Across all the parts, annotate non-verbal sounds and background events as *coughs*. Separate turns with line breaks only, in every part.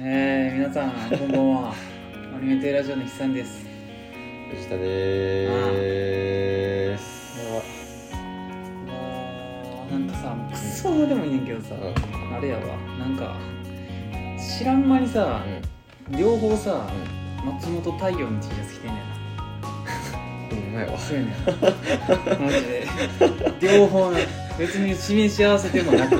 えー、皆さん、こんばんは。アニメテイラジオの筆さんです。
藤田でーす
やもう、なんかさ、クソどうでもいいねんけどさ、あれやわ、なんか、知らん間にさ、
うん
両方さ、松本太陽の T シャツ着てんねんな。
うんうまいわ
そうやね
*laughs*
ん。マジで。両方な、別に示し合わせてもなく、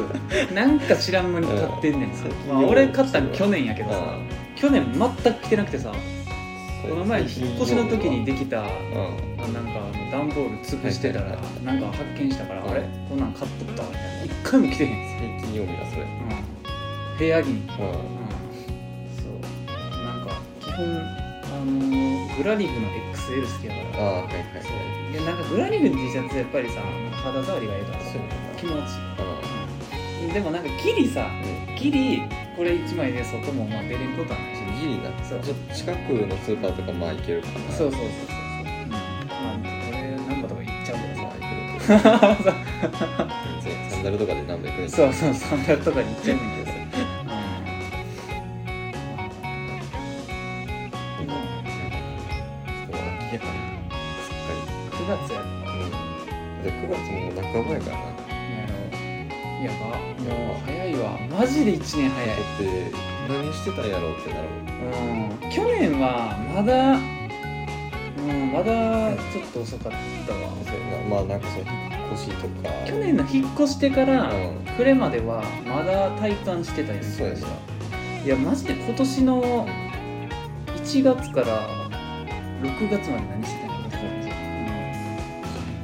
なんか知らん間に買ってんねんさ。
うん
まあ、俺買ったの去年やけどさ、
あ
去年全く着てなくてさ、
ー
この前引っ越しの時にできた、
うん
あなんかあの段ボール潰してたら
はいはい
なんか発見したから
うん
あれこんなん買っとったみたいな一回も着てへんですよ、
最近読みなそれうん
うん、部屋着に、うん、そうなんか基本あのーグラリフの XL 好きや
あ
か
ー
ら
はいはいはい
そうでなんかグラリフの T シャツやっぱりさなんか肌触りがいいから
そうやな
気持ちいい、うん、でもなんかギリさギリこれ1枚で外もまあ出れんことはないし
うんギリな
そう
ちょっと近くのスーパーとかまあ行けるかな
そうそうそうそ
う
うそう、うん、まあこれ何個とか言っちゃうけど
ま
さ
あ行ける全然サンダルとかで何度行くね
*laughs*
ん
そうそう、サンダルとかに行っちゃうんだけどさ。9
うんちょっと秋やからすっ
月や
かりうんで9月ももう半ばやからな
やば。もう早いわ。マジで1年早
だ
い
っ。て何してたんやろうってなるもん
うん。去年はまだ、うん、まだちょっと遅かったわ。
そうやなまあなんかその引っ越しとか
去年の引っ越してから
うん
暮れまではまだ体感してたやん。
そうやない
や、マジで今年の1月から6月まで何してたの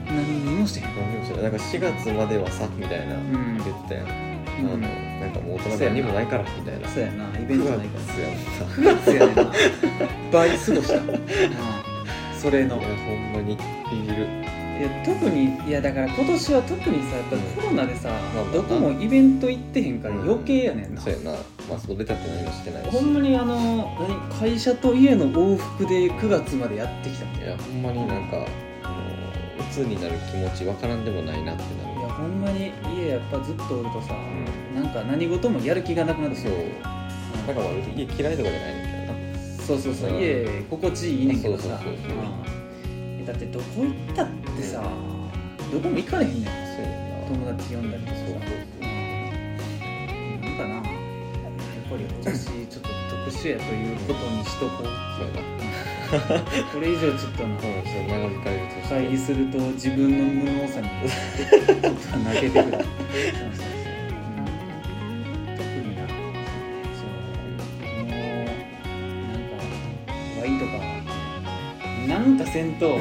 何にもしてへん。
何にもしないなんか4月まではさみたいな
う
言
ん
ってたやん、
うん
あのなんかもう大人で何もないからみたいな
そうやな、イベン
9
トないから。
月やもんな
9月やねんな。倍過ごした。うんそれの。
いやほんまにビビる
いや特に、いやだから今年は特にさ、やっぱコロナでさ
まあまあ、
どこもイベント行ってへんから
うん
余計やねんな。
そうやなまあ外出たって何もしてないし
ほんまにあの、何会社と家の往復で9月までやってきたみた
い
いな。
やほんまになんかあの鬱になる気持ちわからんでもないなってないる
やほんまに家やっぱずっとおるとさ、
う
なんか何事もやる気がなくなってく
そう
る
なんかまあ家嫌いとかじゃないねんけどな
そうそうそう、
うん
家心地いいねんけどさ
そうそうそう
うんだってどこ行ったってさどこも行かれへんねん
そうやな
友達呼んだりとかさ
そうそ
う
う
んなんかなやっぱり今年ちょっと特殊やということにしとこう
そうそうやな
これ以上ちょっとな
うんそう長引かれると
会議すると自分の無能さにちょっと泣けてくるそうそうそううん特になそうもうなんかワイとかなんかせんと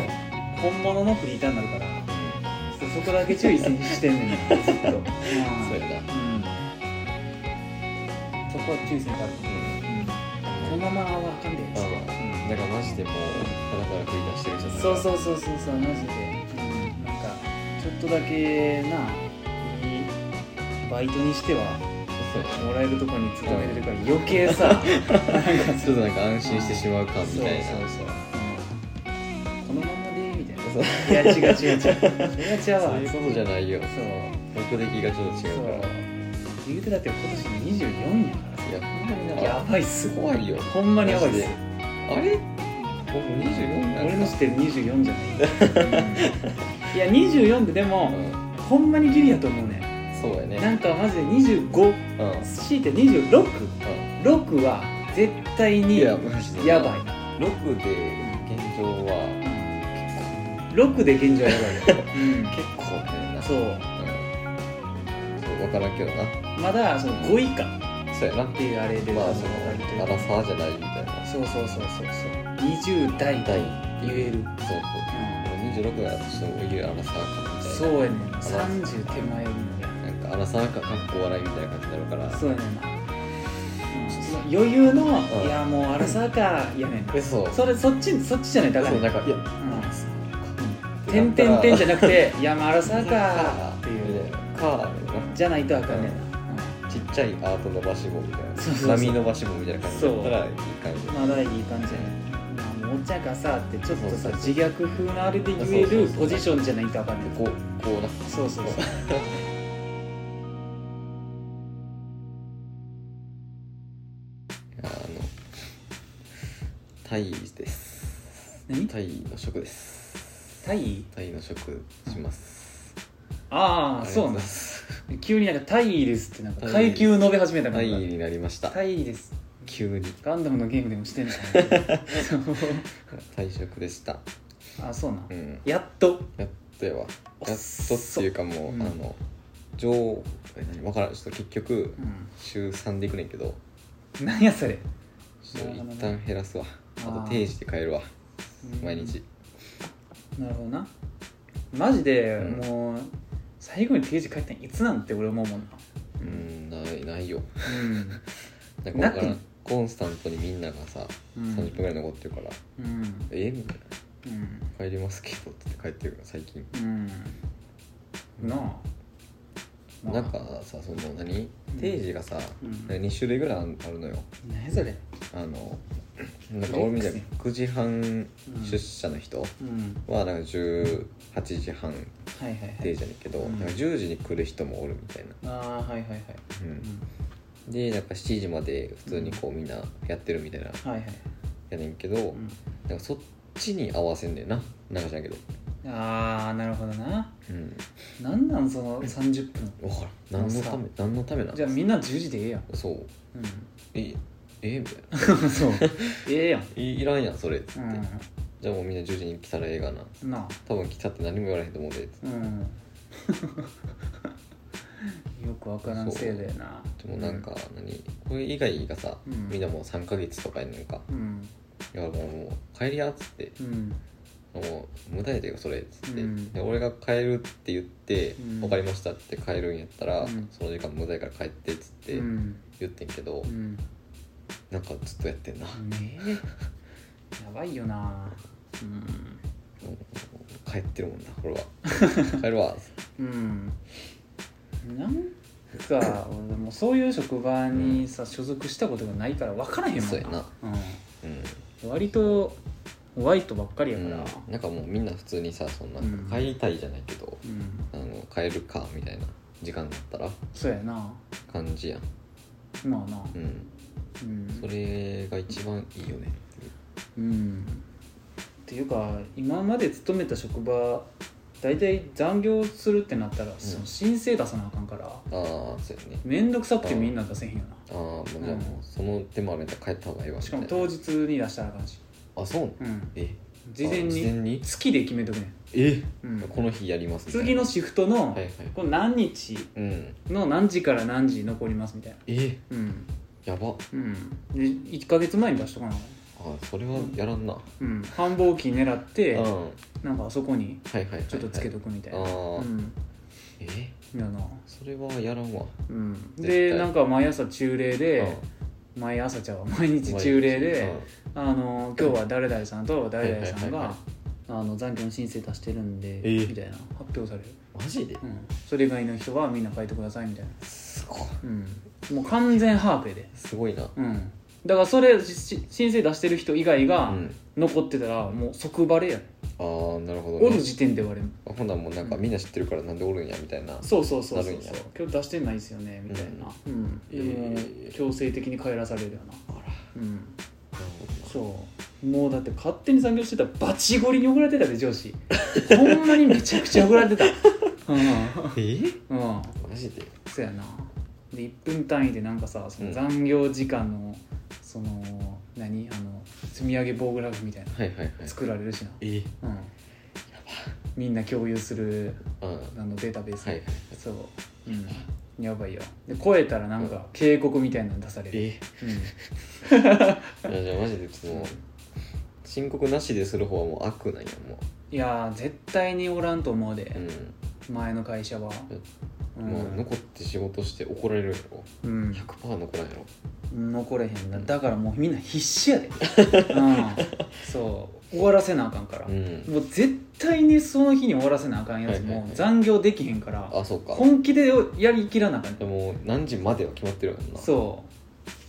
本物のフリーターになるからちょっとそこだけ注意せんしてんねんなずっと、うん
*laughs* そうや
う
な
んそこは注意せんとある、うんこのままはあかんで、
うん
うん
だからマジでもうただただ繰り出してるじゃない
そうそうそうそうそうマジで、うん、なんかちょっとだけないいバイトにしては
そうやな
もらえるとこに勤めてるから余計さなんか
ちょっとなんか安心してしまう感みたいな
そうそうそう、うんこのまんまでみたい
そう
ないや違う違う違うそれは違うわ
そういうことじゃないよ
そう
目的がちょっと違うか
言うてだって今年24やから
らいや
さやばいっす
怖いよ
ほんまにやばいっす
あれ僕24なん
俺の知
か
ってる24じゃ
*laughs*
ない、うんいや24ででも、
うん
ほんまにギリやと思うねん
そうや
な
ね
んかマジで25
うん
強いて266は絶対
うん
に
いや
や
マジで
ばい
6で現状は
6で現状やばいよ、
*laughs*
うん
結構ねな
そううん
そう分からんけどな
まだその5以下っ
そうやな
ていうあれで
まあ
分
そ
かるという
の
か
アラサーじゃないみたいな
そうそうそうそうそう20代
第
言える、
そうそう26だとそういうアラサー感みたいな
そうやねん30手前よりも
なんか荒沢かかっこ笑いみたいな感じになるから
そうやねんな余裕の、
うん
いやもうアラサーかやねんな
えそう
それそっちそっちじゃないだから
そうなんかいや
うん
「
てんてんてんじ
ゃ
ゃなく *laughs* て「いやまあら
な
さ
ん
か
か」
っていう
か
じゃないとあかんねん
ちっちゃいアート伸ばし棒みたいな
そうそうそう
波伸ばし棒みたいな感じだったらいい感じ
まだいい感じやねんまあお茶がさってちょっとさ
そうそう
自虐風なあれで言え
そうそう
る
そう
ポジションじゃないとあかんねん
こうこうな
そうそうそう
*laughs* あタイです
何
タイの食です
タイ
タイの食します
ああそうなん
で
だ
す
急になんかタイですってなんか
タイ
階級述べ始めたか
タ
ら
イになりました
タイです
急に
ガンダムのゲームでもしてんのかな *laughs* そう
退職でした
あそうなん
うん
やっと
やっとやわやっとっていうかもう、
うん
あの上え何分からんちょっと結局
うん
週3でいくねんけど
何やそれ
ちょっと
なるほどね
一旦減らすわあ
あー
と定時で帰るわ毎日
なるほどなマジで、
うん
もう最後に定時帰ったんいつなんて俺思うもんなう
う
ん
ないないよ
ん
なんかわから
なく
んコンスタントにみんながさ
う
30分
ん
ぐらい残ってるから
うん
えみたい
うん
な帰りますけどって帰ってるから最近
うんなあまあ
なんかさその何定時がさ
うん
2種類ぐらいあんあるのよ
何それ
あのなんか俺みたいに9時半
うん
出社の人
うん
はなんか18時半
はいはいは
定
い
時やねんけど、
うん
なんか10時に来る人もおるみたいな、
ああはいはいはい、
うん
う、
でなんか7時まで普通にこうみんなやってるみたいなん
はいはい、
やねんけど、
う
なんかそっちに合わせんだよななんかじゃんけど
ん、ああなるほどな
うん
なんなんその30分
分からん何のため何のためなん
じゃあみんな10時でええやん、
そう
う、
ええみたいなん
そうええやん
いいらんやんそれっつって、
う
じゃあもうみんな10時に来たらええがなん
なあ
多分来たって何も言われへんと思うでっつって
うん *laughs* よくわからんせいだよな
でもなんか何これ以外がさ、
うん
みんなもう3ヶ月とかやねんか
うん
いやもう帰りやっつって
うん
もう無駄やでよそれっつって、
うん
で俺が帰るって言って「
うん
分かりました」って帰るんやったら、
うん
その時間無駄やから帰ってっつって
うん
言ってんけど、
うん
なんかずっとやってんな、
ねえやばいよなうん
もう帰ってるもんなこれ
*laughs*
は帰るわ
うんなんか俺もうそういう職場にさ、所属したことがないから分からへんもん
そうやなうん
うん、割とワイトばっかりや
う
か
ん
ら、
なんかもうみんな普通にさその
う
なん
ん
か帰りたいじゃないけど、
うん
あの帰るかみたいな時間だったら
そうやな
感じやん、
まあな
うん、
うん
それが一番いいよね
うんっていうか今まで勤めた職場大体残業するってなったら、その申請出さなあかんから
ああそうやね
面倒くさくてみんな出せへんよな、
ああもうじゃあもうその手もあるんやったら帰った方がいいわみ
したか
い
も
な
当日に出したらあかんし、
あそうなの
うん、
え
事前
あ
に
事前に
月で決めとくねん
え
うん
この日やりますみたいな
次のシフトの、
はいはい
この何日
うん
の何時から何時残りますみたいな
え
うん
やば
うんで1か月前に出しとかなあかん
あそれはやらんな
うん繁忙期狙って、
うんはい
なんかあそこに
はいはいはい
ちょっとつけとくみたいな、
あー
うん
え
いやな
それはやらんわ
うん
絶
で
対
なんか毎朝中礼で毎朝ちゃうわ毎日中礼であの今日は誰々さんと誰々さん
はいはい
が
は
あの残業の申請出してるんで
ええ
みたいな発表される、
マジで
うん、それ以外の人はみんな書いてくださいみたいな
すごい
うんもう完全ハーペです
ごいな
うんだからそれしし申請出してる人以外
う
が
ん
残ってたらもう即バレやん、
ああなるほど
お
ね
る時点でバレる
あほんならもうなんかみんな知ってるからなんでおるんやみたいな
そうそうそうそう
なるんや
そう今日出してないですよねみたいな、うん
え
でも
え
強制的に帰らされるよな
あら
うん
なるほどな
そうもうだって勝手に残業してたらバチゴリに怒られてたで上
*laughs*
司ほんまにめちゃくちゃ怒られてたう
え
んうん
マジで
そうやなで1分単位でなんかさその残業時間の、その何あの積み上げ棒グラフみたいな
はいはいはい
作られるしな、
え
うん、みんな共有する
うんは
あのデータベース、
いはい
そう、うん、やばいよで超えたらなんか警告みたいなの出される、
えいやじゃあマジでそ
うん
の申告なしでする方はもう悪なんやも
いやー絶対におらんと思うで
う、うん
前の会社は、う
もうん残って仕事して怒られるやろ
うん、
100%残らんやろ
残れへんなだからもうみんな必死
*laughs*
やで、うん、そう終わらせなあかんから、
うん
もう絶対にその日に終わらせなあかんやつ
はいは
も
いはい
残業できへんから
あそうか
本気でやりきらなあかんね
でも何時までは決まってるやんな
そう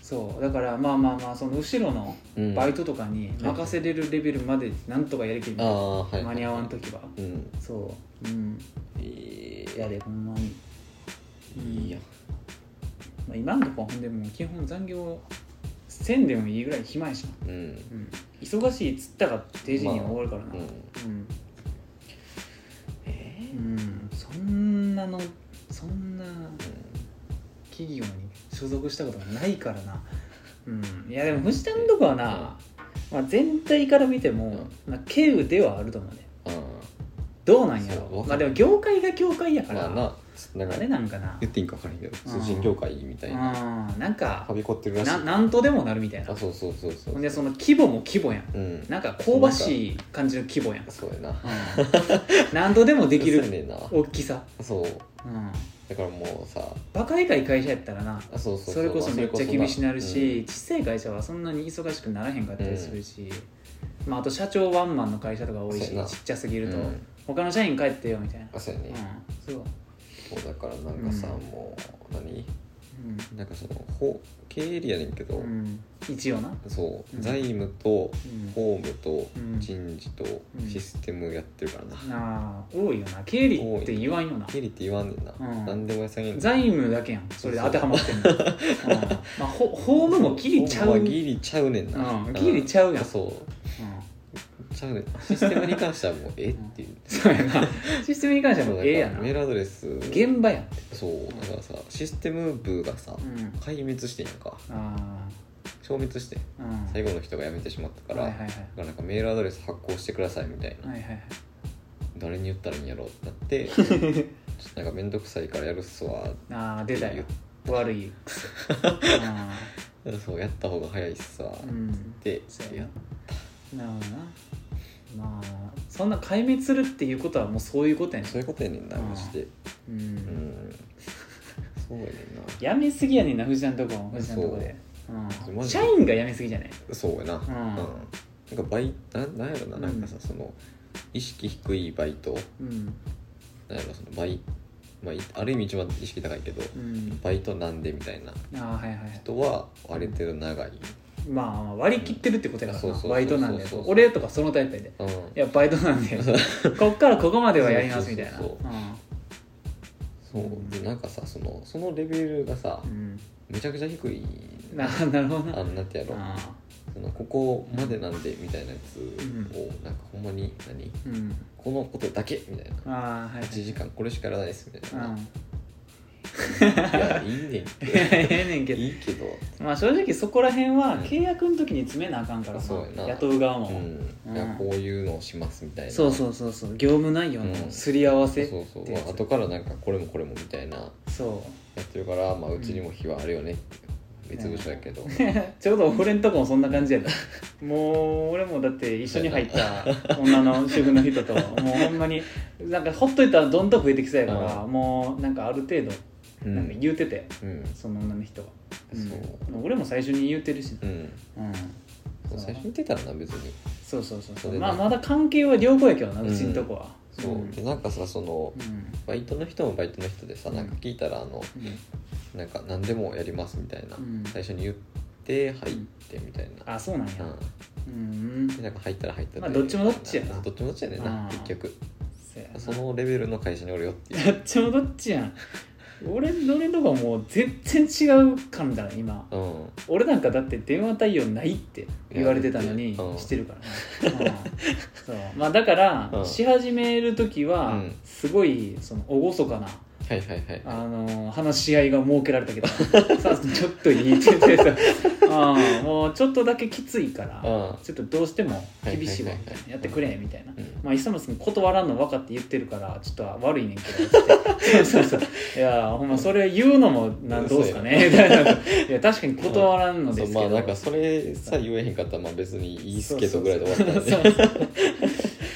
そうだからまあまあまあその後ろの
うん
バイトとかに任せれるレベルまでなんとかやりきる、
ああはい
間に合わん
と
時は
うん
そううん
い
や
い
でほんまに、
いいや
まあ、今んとこほんでもう基本残業せんでもいいぐらい暇やしな、
うん
うん、忙しいっつったら定時には終わるからな、
うん
うん
えー
うんそんなのそんな企業に所属したことがないからなうんいやでも藤田のとこはな、まあ、全体から見ても、まあ、稀有ではあると思うね
うん
どうなんや
そう
ろ
わ
ま
かる
あでも業界が業界やから、
まあななん
あ
か
れなんかな
言っていいんか分からんけど
うん
通信業界みたいな
うんなんか
はびこってるらしい
ななんとでもなるみたいな
あそうそうそうそ
ほ
うん
でその規模も規模やん
うん
なんか香ばしい感じの規
*laughs*
模やん
そうやな
うん何度でもでき
そうや
る
ねんな
大きさ、
そう
うん、
だからもうさ
バカでかい会社やったらな
あそうそう
それこそめっちゃ厳しくなるし、
うん
小さい会社はそんなに忙しくならへんかったりするし、まあ、あと社長ワンマンの会社とか多いし
そうやな
ちっちゃすぎると、
うん
他の社員帰ってよみたいな、
あそうや
うん
ね、
そう、
そうだからなんかさ、
うん
もう何
うん
なんかそのほ経営理やねんけど、
うん、一応な、
そう、
うん
財務と
うん
法務と
うん
人事と
うん
システムやってるからな、
なあ多いよな経理って言わんよな
経理って言わんねんな、
うん
何でもやさげん
財務だけやんそれで当てはまってんの、うんまあ、ほ法務もギリちゃ
法
う、う
務
ん、
はギリちゃうねんな、
うんギリちゃうやん
そうちゃうねんシステムに関してはもうえっていう
そうやなシステムに関して
そ
はもう
うだから
ええやな
メールアドレス
現場やん、
そうだからさシステム部がさ、
うん、
壊滅してんやんか
あ
消滅してん
あうん
最後の人が辞めてしまったから、
はいはいはい
だからなんかメールアドレス発行してくださいみたいな、
はいはいはい
誰に言ったらいいんやろうってなって
*laughs*
ちょっとなんか面倒くさいからやるっすわって
ああ出た
言
よ
っ
悪
*laughs*
い癖あ
そうやった方が早いっすわ
あうん
で
そうや
や
ななるほどなまあそんな壊滅するっていうことはもうそういうことやね
そういうことやねんな
うん
マジで
う
うんんそうやねん
やめすぎやねんな藤田のとこ藤田のとこで
そう
う
マ
ん
ジ
社員がやめすぎじゃない
なそうやなうん
ん
なんかバイななんやろななんかさ
うん
その意識低いバイト
うん
なんやろそのバイまあいある意味一番意識高いけど
うん
バイトなんでみたいな
ああはいはい
人はある程度長い
まあまあ割り切ってるってことやか
そう
ら
そう
なバ
そう
イトなんで
そうそうそう
俺とかそのタイプやで
うん
いやバイトなん
*laughs*
でこっからここまではやりますみたいな
そうそうそうでなんかさそのそのレベルがさ
うん
めちゃくちゃ低い
うんななるほどな
あんなってやろ
あ
そのここまでなんでみたいなやつ
ん
をなんかほんまに何
ーうん
このことだけみたいな
ああはい
8時間これしかやらないですみたいな
うん
いやいいねん
*laughs*
け
いやええねんけ
ど
ど
いいけど
まあ正直そこら辺は
うん
契約の時に詰めなあかんからさ、
そうやな
雇う側も、
う
うんん
いやこういうのをしますみたいな
そう
う
そうそうそう業務内容
うん
のすり合わ
そ
せ、
うそう
ってやつ
後からなんかこれもこれもみたいな
そ
やってるからまあうちにも日はあるよね別部署やけど
う *laughs* ちょうど俺んとこもそんな感じやでもう俺もだって一緒に入った女の主婦の人ともうほんまになんかほっといたらどんどん増えてきそうやから、もうなんかある程度
うん
なんか言うてて、
うん
その女の人は、ん
そう
も俺も最初に言うてるしな
うん
うん
そう最初に出たらな別に
そうそうそう
そ
そうう
だ
ま
な
あまだ関係は良好やけどなうちんとこは、
そううんでなんかさその
うん
バイトの人もバイトの人でさ
うん
なんか聞いたらあのなんか何でもやりますみたいな、
うん
最初に言って入ってみたいな、
あそうなんや
うん
うん
でなんか入ったら入ったで
まあどっちもどっちやな
どっちもどっちやねんな
うん
結局
そやな
そのレベルの会社におるよってい
ど
う
っ *laughs* ちもどっちやん俺俺のとかもう全然違う感だな今
うん
俺なんかだって電話対応ないって言われてたのに
いやだってうん
してるからな、うんそうまあだから、
うん
し始める時
う
は
ん
すごいその厳かな、
はいはいはい
あの話し合いが設けられ
*laughs*
たけどさあちょっといいって言ってさあーもうちょっとだけきついから、
うん
ちょっとどうしても厳しいわみたい
はいはいはいはい
なやってくれみたいな、
うん
まあ磯野君断らんの分かって言ってるからちょっと悪いねんけど
*laughs*
ってそうそうそういやほんまそれ言うのもなんどうすかねみたいないや確かに断らんのですけど、
そうまあなんかそれさ言えへんかったらまあ別にいいっすけどぐらいで終わったんで
そうそうそうそう
う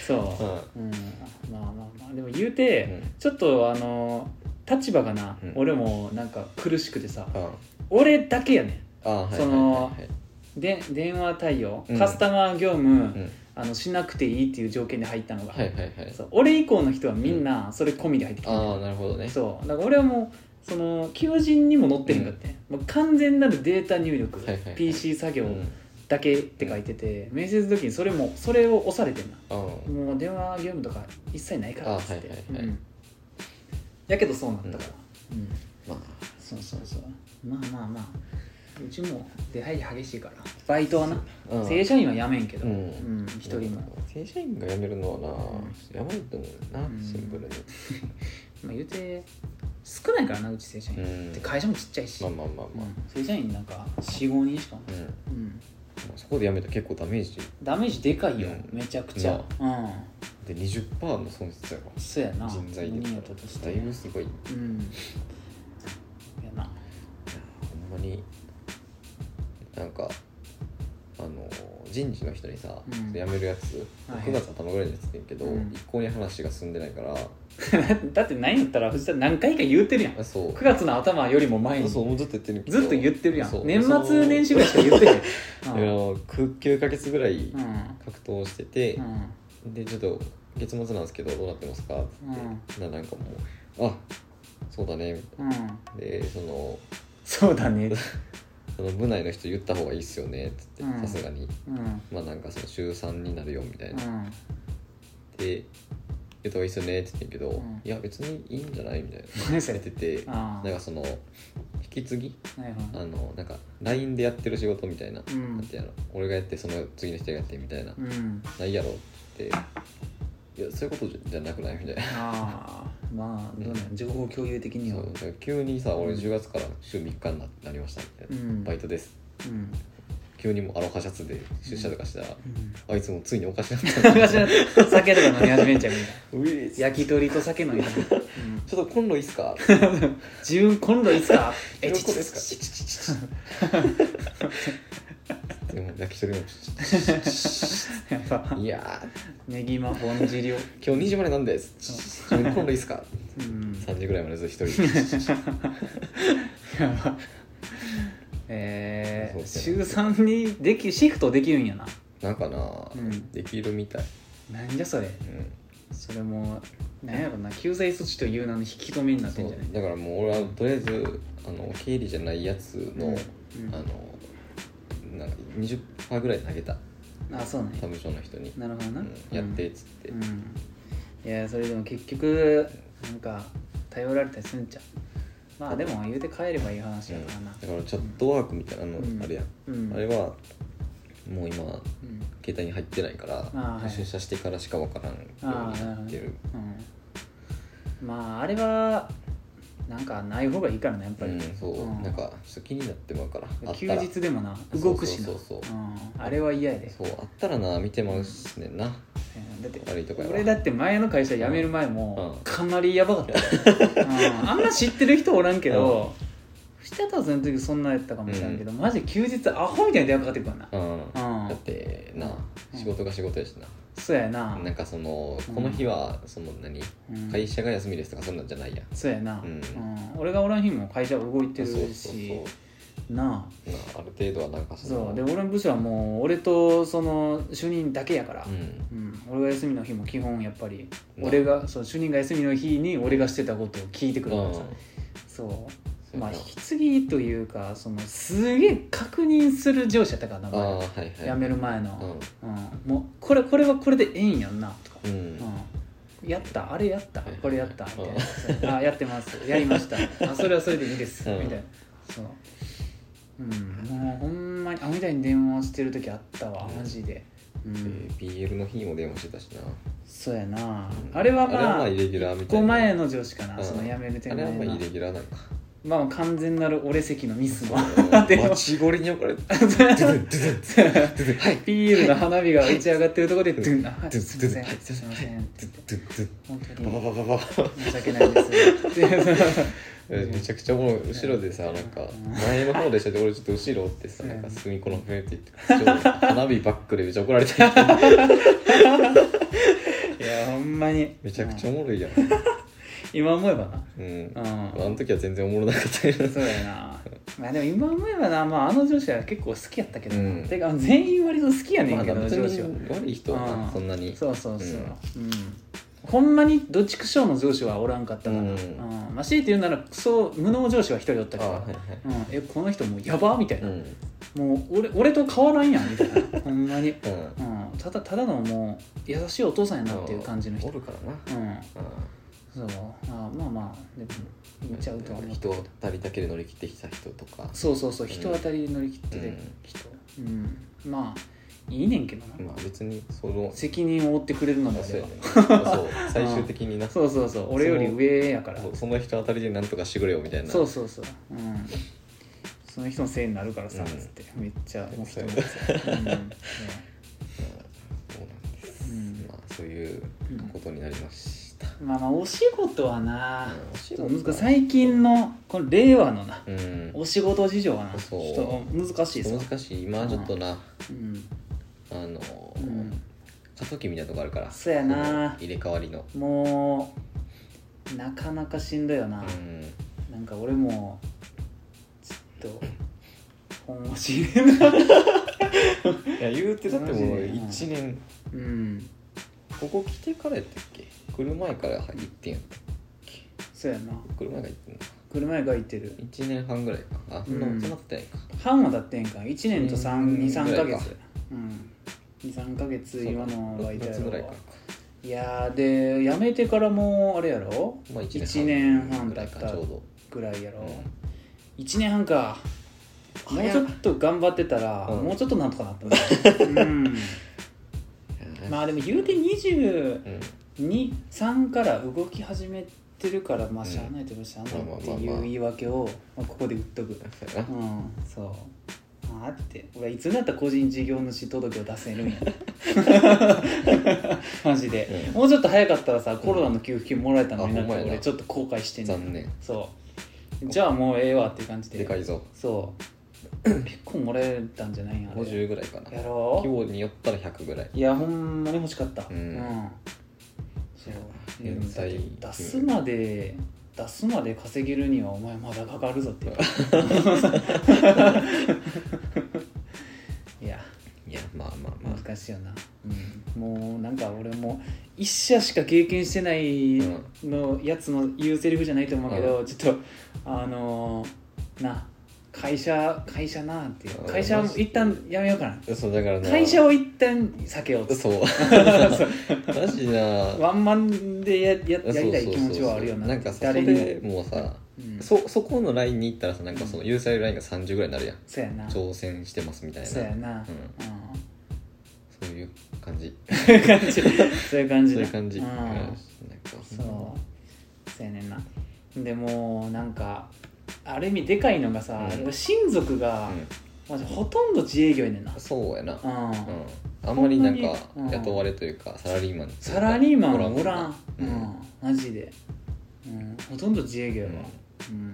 そ
ん
う、うん、まあまあまあでも言うて、
うん
ちょっとあの立場がな、
うん
俺もなんか苦しくてさ、
うん
俺だけやね
あはいはい
その
はいはい
んで電話対応、
うん
カスタマー業務、
うん
あのしなくていいっていう条件で入ったのが、
はいはいはい
そう俺以降の人はみんなそれ込みで入ってきて、
ああなるほどね
そうだから俺はもうその求人にも載ってへんかったね、もう完全なるデータ入力、
はいはいはい
PC 作業
うんうん
だけって書いてて、面接の時にそれもそれを押されてんなもう電話業務とか一切ないから
あ
っつって、
はいはいはい
うんやけどそうなったから、うん
まあ
そうそうそうまあまあまあ
うちも出入り激しいから
バイトはな
うん
正社員は辞めんけど
う
うんん一人も
正社員が辞めるのはな
うん
やばいと思うな
うん
シンプルに
まあ言うて少ないからなうち正社員、
うん
で会社もちっちゃいし、
まあまあまあまあ
正社員なんか45人しかおらん
うんま
うん
あそこで辞めたら結構ダメージ
ダメージでかいよ
うん
めちゃくちゃうん
で20%の損失やろ
そうやな
人材で
で
言
人
っ
や
た
と
ら
とし
だ
て
いぶすごい
うんやな
ほんまになんかあの人事の人にさ、
うん
辞めるやつ
はい
9月頭ぐらいのやつって言うけど、
うん
一向に話が進んでないから、
*laughs* だって何やったら藤田何回か言うてるやん
あそう
9月の頭よりも前にず
そうもうずっと言ってるけど
っと言ってるや
そうん
年末年始ぐらいしか言ってへん
そうだから9ヶ月ぐらい
うんうん
格闘してて
う、ん
でちょっと月末なんですけどどうなってますかって言って、ななんかもうあそうだねみたい
うん
なでその
そうだね
その部内の人言った方がいいっすよねって言っ
うん
てさすがに
うん
*laughs*
うん
まあなんかその週3になるよみたいな、で言った方がいいっすよねって言ってんけど、
ん
いや別にいいんじゃないみたいな
何そ
出
れ
てて
あ
な
あ
んかその引き継ぎ
なるほ
あ
ど
のなんか LINE でやってる仕事みたいな,、
う
なん
ん
てやろ俺がやってその次の人がやってみたいな、
うん
ないやろっていやそういうことじゃじゃなくないみたいな
ああまあどうなん情報共有的に
そ
は
うだから急にさ俺10月から週3日にななりましたみたいな、
うん
バイトです
うん
急にもうアロハシャツで出社とかしたら、あいつもついにおかしなった
うん昔の酒とか飲み始めん *laughs* ちゃうみたいな
うえいや
焼き鳥と酒飲み始めるうん
ちょっとコンロいいっすか
自分今度いつか
え
え
ち
ちょっと
ょっとで
ですす
か
か
でも焼き鳥も
やっぱ
いや
ネギマぼんじりを
ー今日2時までなんです自分コンロいいっすか
うん
3時ぐらいまでずっと一
*laughs*
人
やばえ
そ
ー、
うですよ
週3にできシフトできるんやな
なんかな、
うん
できるみたい、
なんじゃそれそれもなんやろな救済措置という名の引き止めになってん
そう
じゃない
だからもう俺はとりあえずあの経理じゃないやつの、
うん
あのなんか20%ぐらい投げた
あそうなんや
他部署の人に、
なるほどな、
うんやってっつって、
うん、いやそれでも結局なんか頼られたりすんじゃんまあでも言うて帰ればいい話やからな
だからチャットワークみたいなの
うん
あるやん、
うん
あれはも
う
う今
ん
携帯に入ってないから
あーはい
出社してからしかわからんようになってる
うんまああれはなんかない方がいいからなやっぱり、
うんそう、
うん
なんかちょっと気になってまうからあった
休
ら
日でもな動くしな
そうそうそうそう
うんあれは嫌やで
そうあったらな見てまうしねんな
うんだって
悪いとこやわ
俺だって前の会社辞める前も
うん
かなりやばか
*laughs*
った、うんあんま知ってる人おらんけど、藤田さんの時そんなやったかもしれんけど、マジ休日アホみたいな電話かかってくるか
うん
らなうん、
だってな
うん
仕事が仕事やしな、
そうやな
なんかそのこの日はその何、
うん
会社が休みですとかそんなんじゃないやん
そうやな、
う
うんん俺がおらん日も会社動いてるし
そうそうそう
なあ
まあ、ある程度はなんかその
そうで俺の部署はもう俺とその主任だけやから、
うん
うん、俺が休みの日も基本やっぱり
まあ
俺がそう主任が休みの日に俺がしてたことを聞いてくるからさ、
う
そう
う
まあ
そう
引き継ぎというかそのすげえ確認する上司やったからなん
ああ
前
はいはい
辞める前
う
の、
ん
うんもうこれこれはこれでええんやんなとか、
う
うん
ん
やったあれやった
はいはい
これやったみたいな「あやってますやりましたあそれはそれでいいです」
うん
みたいなそううんもうほんまにあみたいに電話してる時あったわマジでうん、
で BL の日も電話してたしな
そうやなあれは
あれは
ま
ま
あ
あイレギュラーみ
一
たい
個
な
前の上司かな、
うん
その辞める手
あ
前
れは
の
まあイレギュラーなんか
まあ完全なる俺席のミスの電
バ
話
チゴリに怒られてはい
PL の花火が打ち上がってるところで
は
ド
い
ゥンあはい
ドゥン
すいま
*laughs*
せん
ドゥン
すいませんって言って
ドゥドゥ
本当
ババ
に
バババ
申し訳ないですって
えめちゃくちゃもう後ろでさなんか前の方でしたって俺ちょっと後ろおってさなんか隅っこの笛って言ってちょっと花火バックでめっちゃ怒られて
いやほんまに
めちゃくちゃ
う
お
ん
もろいやん
今思えばな
うん
うん
あの時は全然おもろなかったけど
そうやなまあでも今思えばな、まあ、あの上司は結構好きやったけどな、
うん
てか全員割と好きやね
ま
ん
あ
けど、
別
上司は
に悪い人は
う
なんそんなに
そうそうそう、うんほんまにどちくしょうの上司はおらんかったから、
う
うんんまあ強いて言うならクソ無能上司は一人おった
あ
け
あ
ど、
はいはい
うん、えこの人もうやばみたいうな、
ん
もう俺俺と変わらんやんみたいなほんまに、
うん
うん、ただただのもう優しいお父さんやなっていう感じの人
おるからな
うん
うん
そう
あまあまあでも行っちゃうとは思って
人当たりだけで乗り切ってきた人とか
そうそうそう人当たりで乗り切ってる人、うんまあいいねんけどな、
まあ別にその
責任を負ってくれるのであ
そう
れ
や
ば
ねそう最終的にな
*laughs*
そ
そうそうそう俺より上やから
うその人当たりでなんとかしてくれよみたいな
そうそうそう、うん、その人のせいになるからさ、
うん
つってめっちゃもう人
そう
の
や
せい
ね
うんね
そうなんです、
うん
まあそういうことになりました
まあまあお仕事はな、
うんお仕
ち
事
ょ
は
っと難しい最近のこの令和のな
うん、
お仕事事情はなち
そう
ょっと難しいさ、
難しい今はちょっとな、
うん、
あのー
うん
過渡期みたいなとこあるから
そうやな
入れ替わりの
もうなかなかしんどいよな、
うん
なんか俺もちょっと本腰入れな
*laughs*
い
いや言うてだってもう1年
うん
ここ来てからやったっけ来る前から行ってんやった
そうやな
来る前から行ってんのか
車屋が行ってる
1年半ぐらいかあそんな、
うん
そんなってないか
半は経ってんか1年と
うん
23か
ぐらいか
月うん23か月今のバイトや
6月ぐらい
ろ
か
いやーで辞めてからもうあれやろ
まあ1
1
年
年
半
半
ぐら
経
い
っ
か
た
ちょうど
ぐらいやろ
うん
1年半かもう
早
ち
っ
ょっと頑張ってたら
うん
もうちょっとなんとかなった *laughs* んだうんまあでも言うて
う
223
ん
から動き始めてるからまあしゃあないといえばしゃあないって
まあまあまあ
いう
まあ
言い訳をまあここで売っとく
そうやな
うんそうまああって俺はいつになったら個人事業主届を出せ
*laughs*
るんやマジで、
うん
もうちょっと早かったらさコロナの給付金もらえたのになっ
あほん
て
まやな
俺ちょっと後悔してんねん
残念
そうじゃあもうええわっていう感じで
でかいぞ
そう
*laughs*
結構もらえたんじゃないんあれ
50ぐらいかな
や
規
ろう
模によったら100ぐらい
いやほんまに欲しかった
うん
そう
いや
でもだって
連帯
出すまで出すまで稼げるにはお前まだかかるぞ
*laughs*
っていう *laughs* いや
いやまあまあまあ
難しいよな、うん、もうなんか俺も一社しか経験してないのやつの言うセリフじゃないと思うけど、ちょっとあのーな会社会社なっていう
うん
会社も一旦やめようかな
そうだからな
会社を一旦避けようと
そうマジな
ワンマンでやや
そう
や
そう
りたい
そう
気持ちはあるよな。
なんかさそ
誰
れ
にも
でもうさ
うんそ
そそこのラインに行ったらさなんかそのユーサイドラインが30ぐらいになるやん
うやな。そ
挑戦してますみたいな
うやな。
うん
う
そういう感じ
ん。感じ。そういう感じ
そうい
な。
う感じ
うん
うんなんか
そう。そうやねんな。でも、なんか、ある意味でかいのがさ、
うん
俺親族が、
う
まずほとんど自営業やねんな。
んそうやな
う。
うんんあんまりなんか
ほんまにうん
雇われというかサラリーマン
サラリーマンはお
も
らん。う
うん
ん。マジで。うん。ほとんど自営業やわ。うん。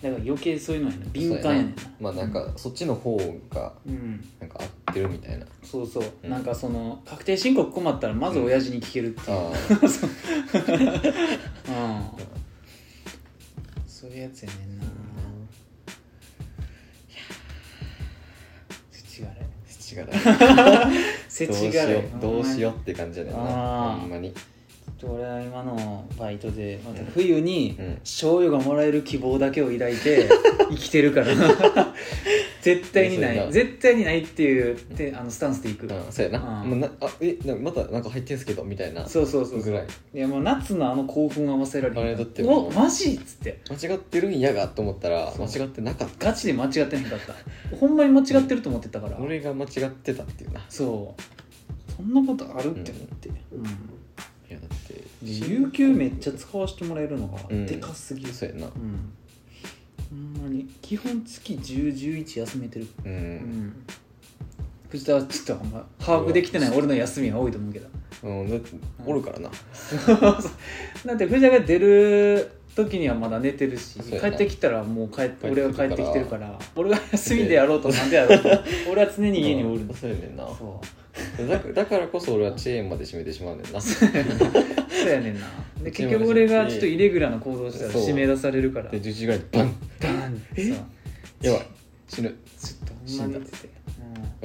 だから余計そういうのやな。敏感やねんな
そう。まあなんかそっちの方が
うん。
なんか合ってるみたいな
そうそう、
うん
なんかその確定申告困ったらまず親父に聞けるっていう、 *laughs* うん
ああ
そういうやつやねんなせちがれ
世知辛い
せ
どう
ち
し
が
よ
れ
うどうしようって感じやねんな
あー
ほんまに
ちょっと俺は今のバイトでまた冬に
うん
醤油がもらえる希望だけを抱い
*laughs*
て生きてるから絶対にな
そうや
い
な
絶対にないっていうてあのスタンスでいく、
うんそうやな
うん
もうなあえなんかまたなんか入ってんすけどみたいな
そうそうそうそ
ぐ
う
らい
いやもう夏のあの興奮は忘れられへん
あれだって
おマジっつって
間違ってるんやがと思ったら間違ってなかった
ガチで間違ってへんかったほんまに間違ってると思ってたから
俺が間違ってたっていうな
そうそんなことあるって思って、うん
いやだって
で有給めっちゃ使わせてもらえるのが
うん
でかすぎる、
そうやな
うんほんまに基本月1011休めてる
う、
うんん藤田はちょっとあんま把握できてない俺の休みは多いと思うけど
うん、だっておるからな、
*laughs* だって藤田が出る時にはまだ寝てるし
そうや
帰
な
ってきたらもう帰って
帰って
俺が
きてるから
帰ってきてるから俺が休みでやろうとなんでやろうと
*laughs*
俺は常に家におるん
う
で
ん
す
そうやねんな
そう
だだからこそ俺はチェーンまで閉めてしまうねんな
そうやねんなで
うち
結
も
局俺がちょっとイレギュラーな行動したら
そう
締め出されるから
で11時ぐらいにバン
バーンってさ
やばい死ぬ
ちょっとほんまにってて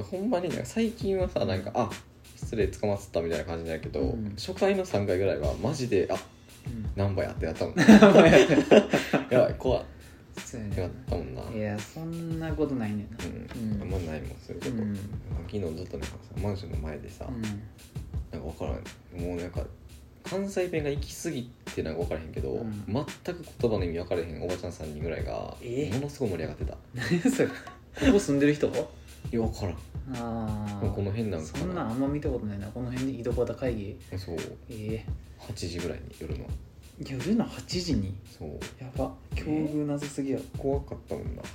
ほんまになんか最近はさなんかあ失礼捕まってたみたいな感じになるけど、
うん
初回の3回ぐらいはマジであ
うん
ナンバーやってやったも *laughs* ん
うん
やばい怖っ
そうや
ってや
ね
っ
ん
たもんな
ないやそんなことないねんな
うん、あんまないもんそういうこと、
うん
昨日ずっとなんかさマンションの前でさ、
うん *laughs*
なんか分からんもうなんか関西弁が行き過ぎてなんか分からへんけど、
うん
全く言葉の意味分からへんおばちゃん3人ぐらいが
え
ものすごい盛り上がってた
何やそれ
ここ住んでる人
いや分からん
ああ
この辺なんかな
そんなんあんま見たことないなこの辺で井戸端会議
そう
え
8時ぐらいに夜の
え夜の8時に
そう
やば境遇なさすぎやろ
怖かったもんな
う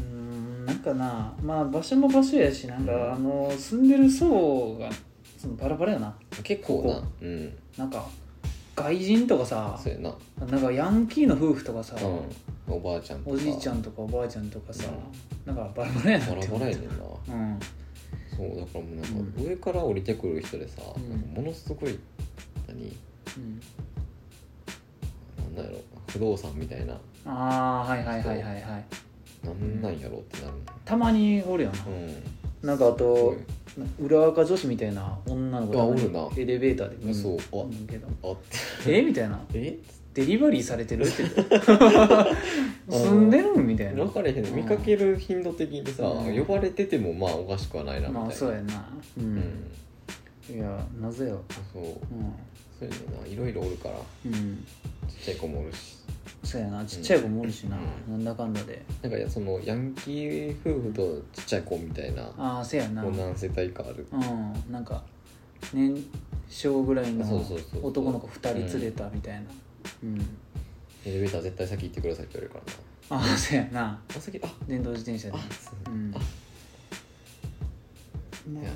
ーんなんかなまあ場所も場所やしなんかあの住んでる層がそのバラバラやな
結構な
ここ
うん
なんか外人とかさ
そうやな
なんかヤンキーの夫婦とかさ、
うんおばあちゃんとか
おじいちゃんとかおばあちゃんとかさ、
う
なんかバラバラやな
バ
っ
ラ
て
バ
思
ラ
っ
や
た
ねんな
うん
そうだからもうなんか
う
上から降りてくる人でさ、
うん
なんかものすごい何
うん
なんだやろ不動産みたいな
ああはいはいはいはいはい
なんなんやろってなる
たまにおるよな、
のうん
なんかあ
すご
と
い
裏垢女子みたいな女の子
あ
たまに
おるな
エレベーターで見る
そうあ
見るけど
あって
えみたいな
え
デリバリーされ
*laughs*
てるって住んでるみたいな
分かれへん見かける頻度的にさ、
うん
呼ばれててもまあおかしくはないなみたいな、
まあそうやなう、
うんん
いやなぜよ
そう
うん、
そうやねんないろいろおるから
うん、
ちっちゃい子もおるし
そうやなちっちゃい子もおるしな、
う
なんだかんだで
なんかそのヤンキー夫婦とちっちゃい子みたいな
ああせやな
もう
う
何世帯かある
んなんか年少ぐらいの
そうそうそうそう
男の子2人連れたみたいなうん
エレベーター絶対先行ってくださいって言われるからな
ああせやな
あ先あ
電動自転車で
あ
うん
あ
ま
や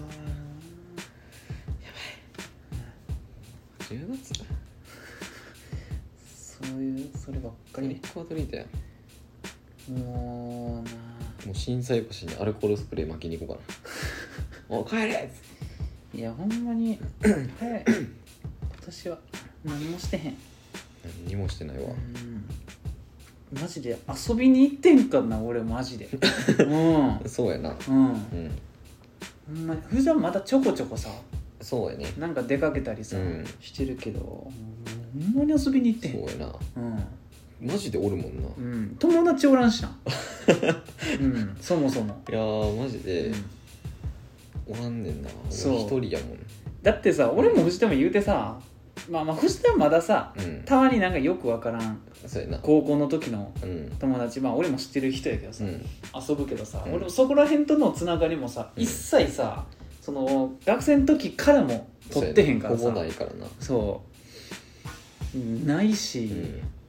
10月
そういうそればっかりね
最高トリートやん
もうな
もう震災橋にアルコールスプレー巻きに行こうかな
*laughs*
お帰れ
いやほんま
*coughs*
に早い今年は何もしてへん
何にもしてないわ
うんマジで遊びに行ってんかな俺マジで
*laughs*
うん
そうやな
うん
うん
ほんまに普段まだちょこちょこさ
そうやね
なんか出かけたりさ、
うん
してるけどほんまに遊びに行って
そ
へん
うやな
うん、
マジでおるもんな、
う
い
ん、友達おらんし
*laughs*
なうんそもそも、
やーマジで
うん
おらんねんな俺
そう
一人やもん
だってさ俺も藤田も言うてさまあまあ藤田はまださ
うん
たまになんかよくわからん
そうやな
高校の時の
うん
友達まあ俺も知ってる人やけど
う
さ、
ん
遊ぶけどさ、
うん
俺もそこら辺とのつながりもさ、
うん
一切さその学生の時からも取ってへんからさ
そうやなほぼないからな
そうないし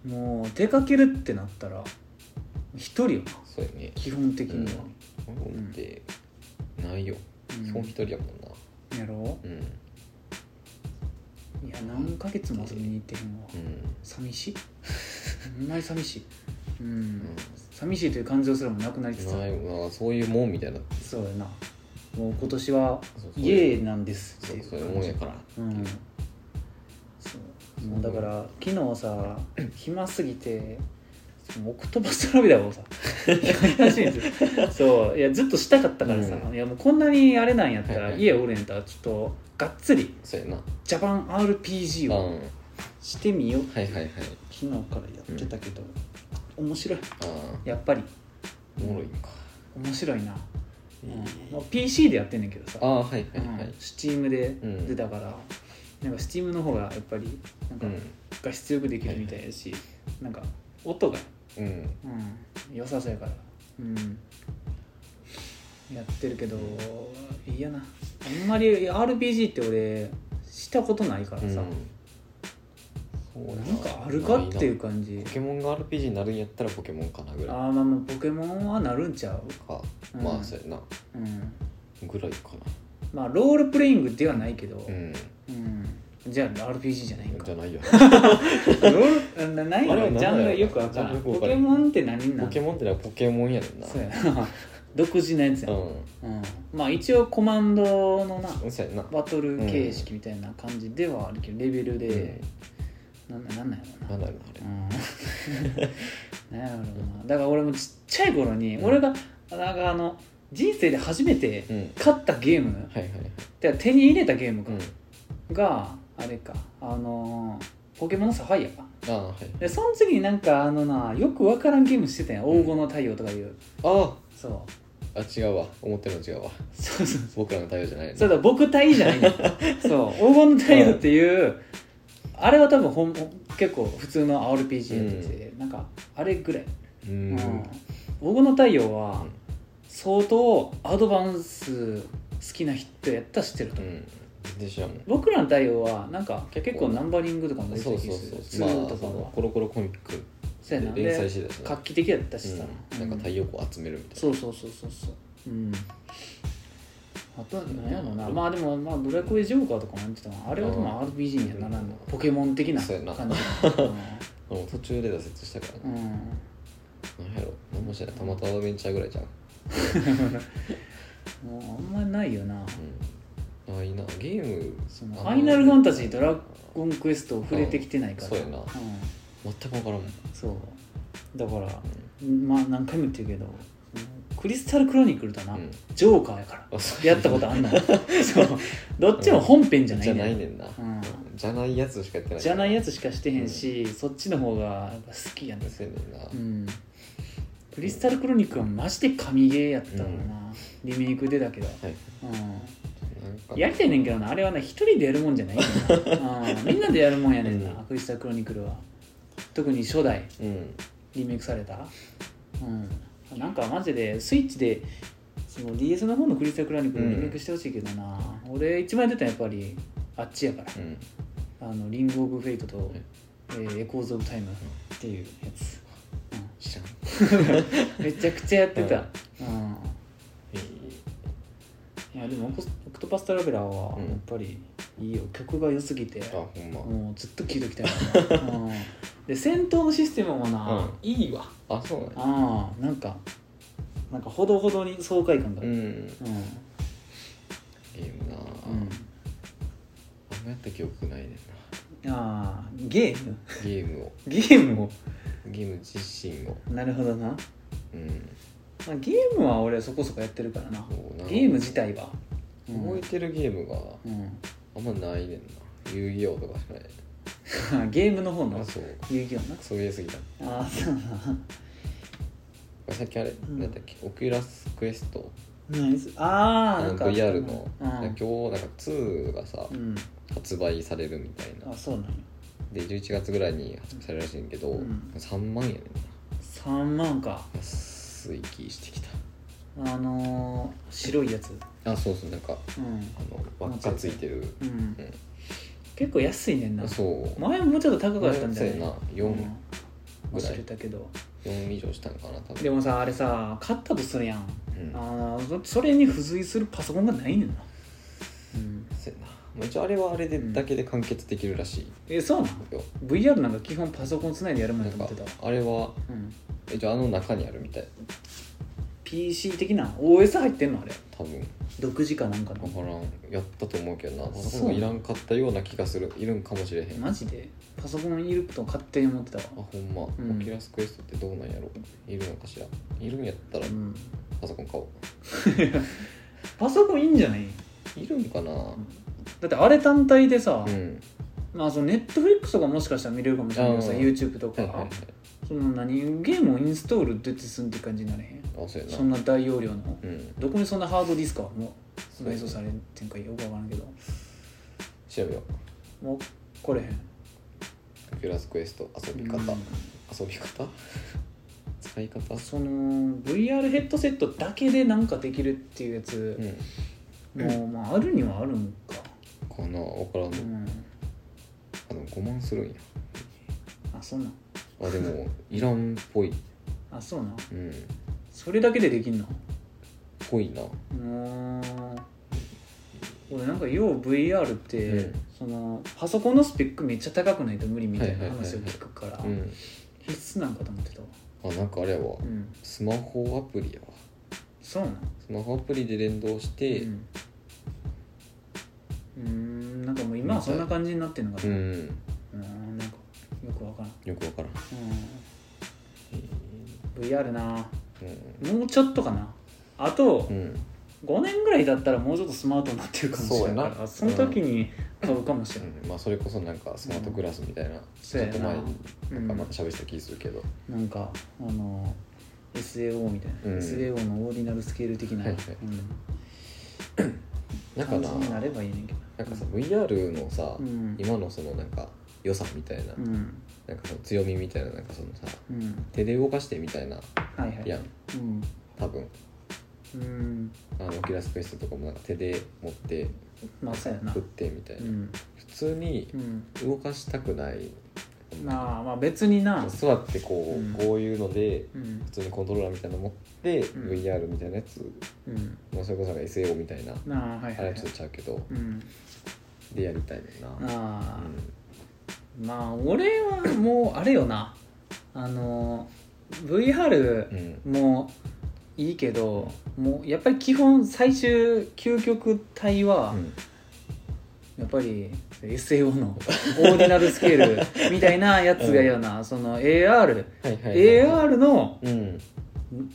う、ん
もう出かけるってなったら一人よな
そうやね
基本的には、
俺
ん
ってないよ
うん
基本一人やもんな
やろ
うん
いや何ヶ月も遊びに行ってへんわ、
うん
寂
*laughs*
しいほんまに寂しいうん、
ん
寂しいという感情すらもなくなりつつある
ないなんかそういうもんみたいな
そうやなもう今年は
そうそう
イエーイなんですって
そ
いうう
そういうもんやから
うんそうもうだから昨日
*clears throat*
さ暇すぎてもうオクトバストラベラーを
*laughs*
さやらしいんですよそういやずっとしたかったからさ、
うん
いやもうこんなにあれなんやった
はい
ら
はい
家おるんやったらちょっとがっつり
そうやな
ジャパン RPG
う
を
んは
してみよう、
いはいはい
昨日からやってたけど、面白い
あ
やっぱり
あおもろいんか
面白いな、うんまあ、PC でやってんねんけどさ
ああはいはいは
うん
い
Steam で
うん
出たから、なんか Steam の方がやっぱりなんか
うん
画質よくできるみたいやし、なんか音が、
うん
うん、良さそうやから、うん、やってるけどいいやなあんまり RPG って俺したことないからさ、
うんそうや
なんかあるかっていう感じ
ポケモンが RPG になるんやったらポケモンかなぐらい
あーまあまあポケモンはなるんちゃう、
か、
うん
まあそうやな
うん、
ぐらいか
まあロールプレイングではないけど、
なうん
うんじゃあ RPG じゃないんか
じゃないよ
ロールなない
あれは
よ
何
ジャンルよくわ
ジ
か
ャン
ら
ル
ん
よくわ
ポ
からん
ケモンって何なん
ポケモンってのはポケモンやねんな
そうやな *laughs* 独自なやつや、
う
うん、まあ一応コマンドのなん
そうやな
バトル形式みたいな感じではあるけどレベルで、なんだなんなんやろ
な
な、
んだろうなあれ
うん、 *laughs* なんやろなだから俺もちっちゃい頃に、俺がなんかあの人生で初めて
うん
勝ったゲーム
はいはいはい
てか手に入れたゲームか
うん
があれかあのーポケモンのサファイアか
ああはい
でその次になんかあのなよくわからんゲームしてたやん黄金の太陽とかいう、
あ
そう
ああ違うわ思ってるの違うわ
そうそう
僕らの対応じゃない
そう
だ *laughs*
だ僕隊じゃないねんそう黄金の太陽っていうああれは多分ほん結構普通の RPG やつで、なんかあれぐらい、
うん
うん僕の太陽は
うん
相当アドバンス好きな人やったら知ってると
う
思う、
んでしょうね
僕らの太陽はなんか
結構
結構ナンバリングとかも出
そう
てき
そう
て
そう
ツー
まあ
と
そ
か
の
は
コロコロコミック
そうやな
で連載
で
してたしな
画期的やったしさ、
うんなんか太陽光集めるみたいな
そうそうそうそうそううんあとは何やろうなまあでもまあドラクエジョーカーとかもやってたなあれはでも RPG にはならんのポケモン的な
そうやな
感
*laughs*
じだったな
あの途中で挫折したから
う
な、
ん
なんやろ何もしてないたまたまアドベンチャーぐらいじゃん、
もうあんまりないよな
うん、あいいなゲーム
その
あ
フ
の
ァイナルファンタジードラゴンクエストを触れてきてないから
そうやな
うん
全く分からんもん、
そうだからまあ何回も言ってるけどクリスタルクロニクルだな、
うん
ジョーカーやから
あそう
やったことあんの
*laughs*
そうどっちも本編じゃない
じゃ
んだ
な
よ
いねんな、
ん
じゃないやつしかやってない
じゃないや
つ
つしかしてへんし、そっちの方が好きやね
そうやねんな、
うんクリスタルクロニクルはマジで神ゲーやったからな、リメイクでだけど、
はい
うん、
なんか
やりたいねんけどなあれはな一人でやるもんじゃないねん *laughs* な、うん、みんなでやるもんやねんな、
うん
クリスタルクロニクルは特に初代
うん
リメイクされたうんなんかマジでスイッチでその DS の方のクリスタルクロニクルリメイクしてほしいけどな、俺一番出たのやっぱりあっちやから
うん
あのリング・オブ・フェイトと、
い
えーエコーズ・オブ・タイムっていうやつ、
知らん
うんめちゃくちゃやってた、うんい
え
やでもオク「オクトパス・トラベラー」は
うん
やっぱりいいよ曲が良すぎて
ー、あほんま、
もうずっと聴いときたいな、うん、で戦闘のシステムもな、いいわ
あそうなんや
ああなんかなんかほどほどに爽快感があ
う
る
ん
うん
ゲームな、
うん
あんまやった記憶ないねんな
ああゲーム *laughs*
ゲームを
ゲームを
ゲーム自身を
なるほどな、
うん
まあ、ゲームは俺そこそこやってるからな
そうな
ゲーム自体はうん
覚えてるゲームが
うん
あんまないねんな遊戯王とかしかない
ゲームの方の
あそう
遊戯王な
クソゲーすぎた
ああそうな
さっきあれ、
ん
なんだっけオキュラスクエスト
何すああ
あ
な
の
んか
VR の、
う
なん
ん
か今日なんか2がさ、
うん
発売されるみたいな
あそうなの
で11月ぐらいに発売されるらしいんやけど、
うん
3万円やねん
3万か
な安い気してき
あのー、白いやつ
たあそうそうなんか
うん
あの輪っかついてる、
うん
うん
結構安いねんな
そう
前ももうちょっと高かったんだよ
そうや
ね
な4、
うん、
ぐらい
忘れたけど
4以上したんかな多分
でもさあれさ買ったとするやん
うん
あーそそれに付随するパソコンがないねんな、うん、
そうやな、まあ、一応あれはあれで、だけで完結できるらしい
えそうなん
よ
VR なんか基本パソコンつないでやるもん
な
や
ん
と思
か
ってたわ、
あれは
うん、
一応あの中にあるみたい
PC 的な OS 入ってんのあれ
多分
独自かなんかの
分からんやったと思うけどなパソ
そう
コンがいらんかったような気がするいるんかもしれへんあ
マジでパソコンいると勝手に思ってたわ
ほん
ん
ま、オキュラスクエストってどうなんやろいるのかしらいるんやったら
うん
パソコン買おう
パソコンいいんじゃない
いるんかな
だってあれ単体でさ、
うん
まあそのネットフリックスとかもしかしたら見れるかもしれないけどさ
あー
YouTube とか、
はいはいはい
その何ゲームをインストール出てすんって感じになれへん
あそうやな
そんな大容量の
うん
どこにそんなハードディスクはもう
そう
内蔵されてんかよくわからんけど
調べよ
もう来れへん
うオキュラスクエスト遊び方、
うん
遊び方 *laughs* 使い方
その VR ヘッドセットだけでなんかできるっていうやつ
うん
もう、まあ、あるにはあるんか
かな分からん、
うん
あでも5万するんや
あそうなん
あでもいらんっぽい
あそうなん
うん
それだけでできんの
ぽいな
うーん俺なんかよう VR って、
うん
そのパソコンのスペックめっちゃ高くないと無理みたい
はい
な
はいはいはい
話を聞くから
うん
必須なんかと思ってたわ
あなんかあれやわ
うん
スマホアプリやわ
そうなん
スマホアプリで連動して、
うんうーんなんかもう今はそんな感じになってんのか
う
な、
ん
うーん、なんかよくわからん、
よくわからん、
うん、VR な
う
もうちょっとかなあと
んうん、
5年ぐらいだったらもうちょっとスマートになってるかもしれない
そう
か
や
ら
な
その時に買うかもしれない、
まあそれこそなんかスマートグラスみたいな、ち
そう
ょ
や
っ
な
と前になんか
うん
また喋った気するけど、
なんかあの SAO みたいな、
うん
SAO のオーディナルスケール的な、
はいはい
うん、
なんか
感じ
な
になればいいねんけど
なんかさ VR のさ、
うん
今のそのなんか良さみたいな,、
うん
なんかその強みみたいななんかそのさ
うん
手で動かしてみたいな
はいはい
やん
うん
多分
うん
あのオキュラスクエストとかもなんか手で持って
まあそうやな
振ってみたいうな、
ん
普通に
うん
動かしたくない、
まあまあ別にな
座ってこう、
うん
こういうので
うん
普通にコントローラーみたいなの持って、
うん
VR みたいなやつ
うん
もうそれこそなんか SAO みたいな、
なあはい
あ
は
れ
い、
は
はい
ちょっとちゃうけど、
うん、
でやりたいねんな、
ああ、
う
まあ俺はもうあれよなあの VR
んうん
もういいけど、もうやっぱり基本最終究極体は、
うん
やっぱり SAO のオーディナルスケー
*laughs*
ルみたいなやつがよな、その AR、
はいはいはい、
AR の
うん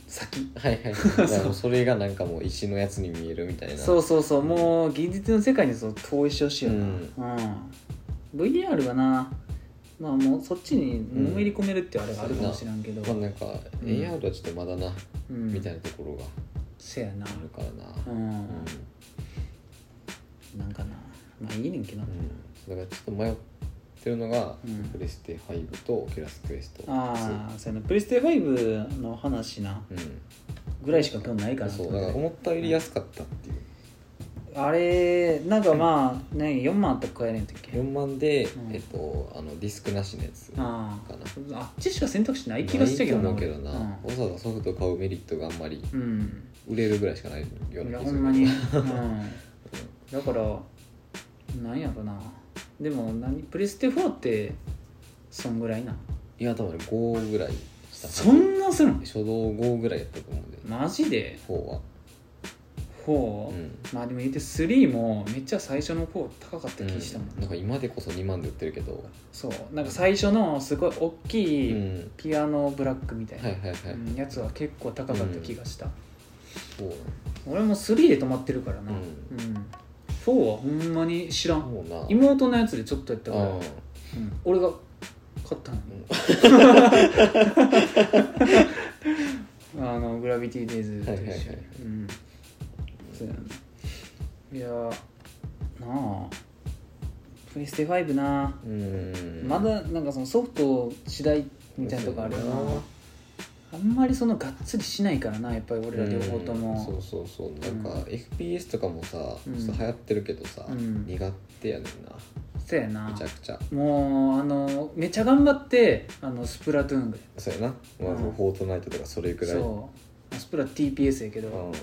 先
はいは
*laughs*
いだからもうそれがなんかもう石のやつに見えるみたいな
そうそうそうもう現実の世界にそう統一してほしいよな、うん VR はなまあもうそっちにのめり込めるってあれがあるかもしらんけど、
まあなんか
うん
AR はちょっとまだな、
うん
みたいなところが
せやな
あるからな
う
うんん、
なんかなまあいいねんけど、
うん、だからちょっと迷ってるのが、
うん
プレステ5とオキュラスクエスト
ああそうやなプレステ5の話な
うん、
ぐらいしか興味ないから
そうだから思ったより安かったっていう、
あれなんかまあね4万とかやねんてっけ
4万で、
うん
えっとあのディスクなしのやつかな
あああっちしか選択肢ない気が
な
し
い
たけ
と
どな
思うけどな、わざわざソフト買うメリットがあんまり
うん、
売れるぐらいしかないよ
う、
うん
いや
な気
ほ
す
ん
る
まに、うん、だからなんやろなでも何プレステ4ってそんぐらいない
や多分5ぐらいした
そんなするの
初動5ぐらいやったと思うんで
マジで
4は
4、
うん
まあでも言って3もめっちゃ最初の方高かった気したもん、
うんなんか今でこそ2万で売ってるけど
そうなんか最初のすごい大
う
きい
ん
ピアノブラックみたいな、
はいはいはい、
うんやつは結構高かった気がした、
そう
俺も3で止まってるからな、
う
うん
ん
4はほんまに知らん
もうな
妹のやつでちょっとやったから、
あ
うん俺が買ったのに、 *laughs* あのグラビティ・デイズと一緒に、
はいはいはい
うんそうやないやーなあプレステ5な
ーうん
まだなんかそのソフト次第みたいなとこあるよなあんまりそのがっつりしないからなやっぱり俺ら両方と
うんそ
も
うそうそうなんか
うん
FPS とかもさ
うん
ちょっと流行ってるけどさ
うん
苦手やねん
そうや
な
な
めちゃくちゃ
もうあのめちゃ頑張ってあのスプラトゥーンぐらい
そうやなまあ
うん
フォートナイトとかそれくらい
そうスプラ TPS やけど、
うん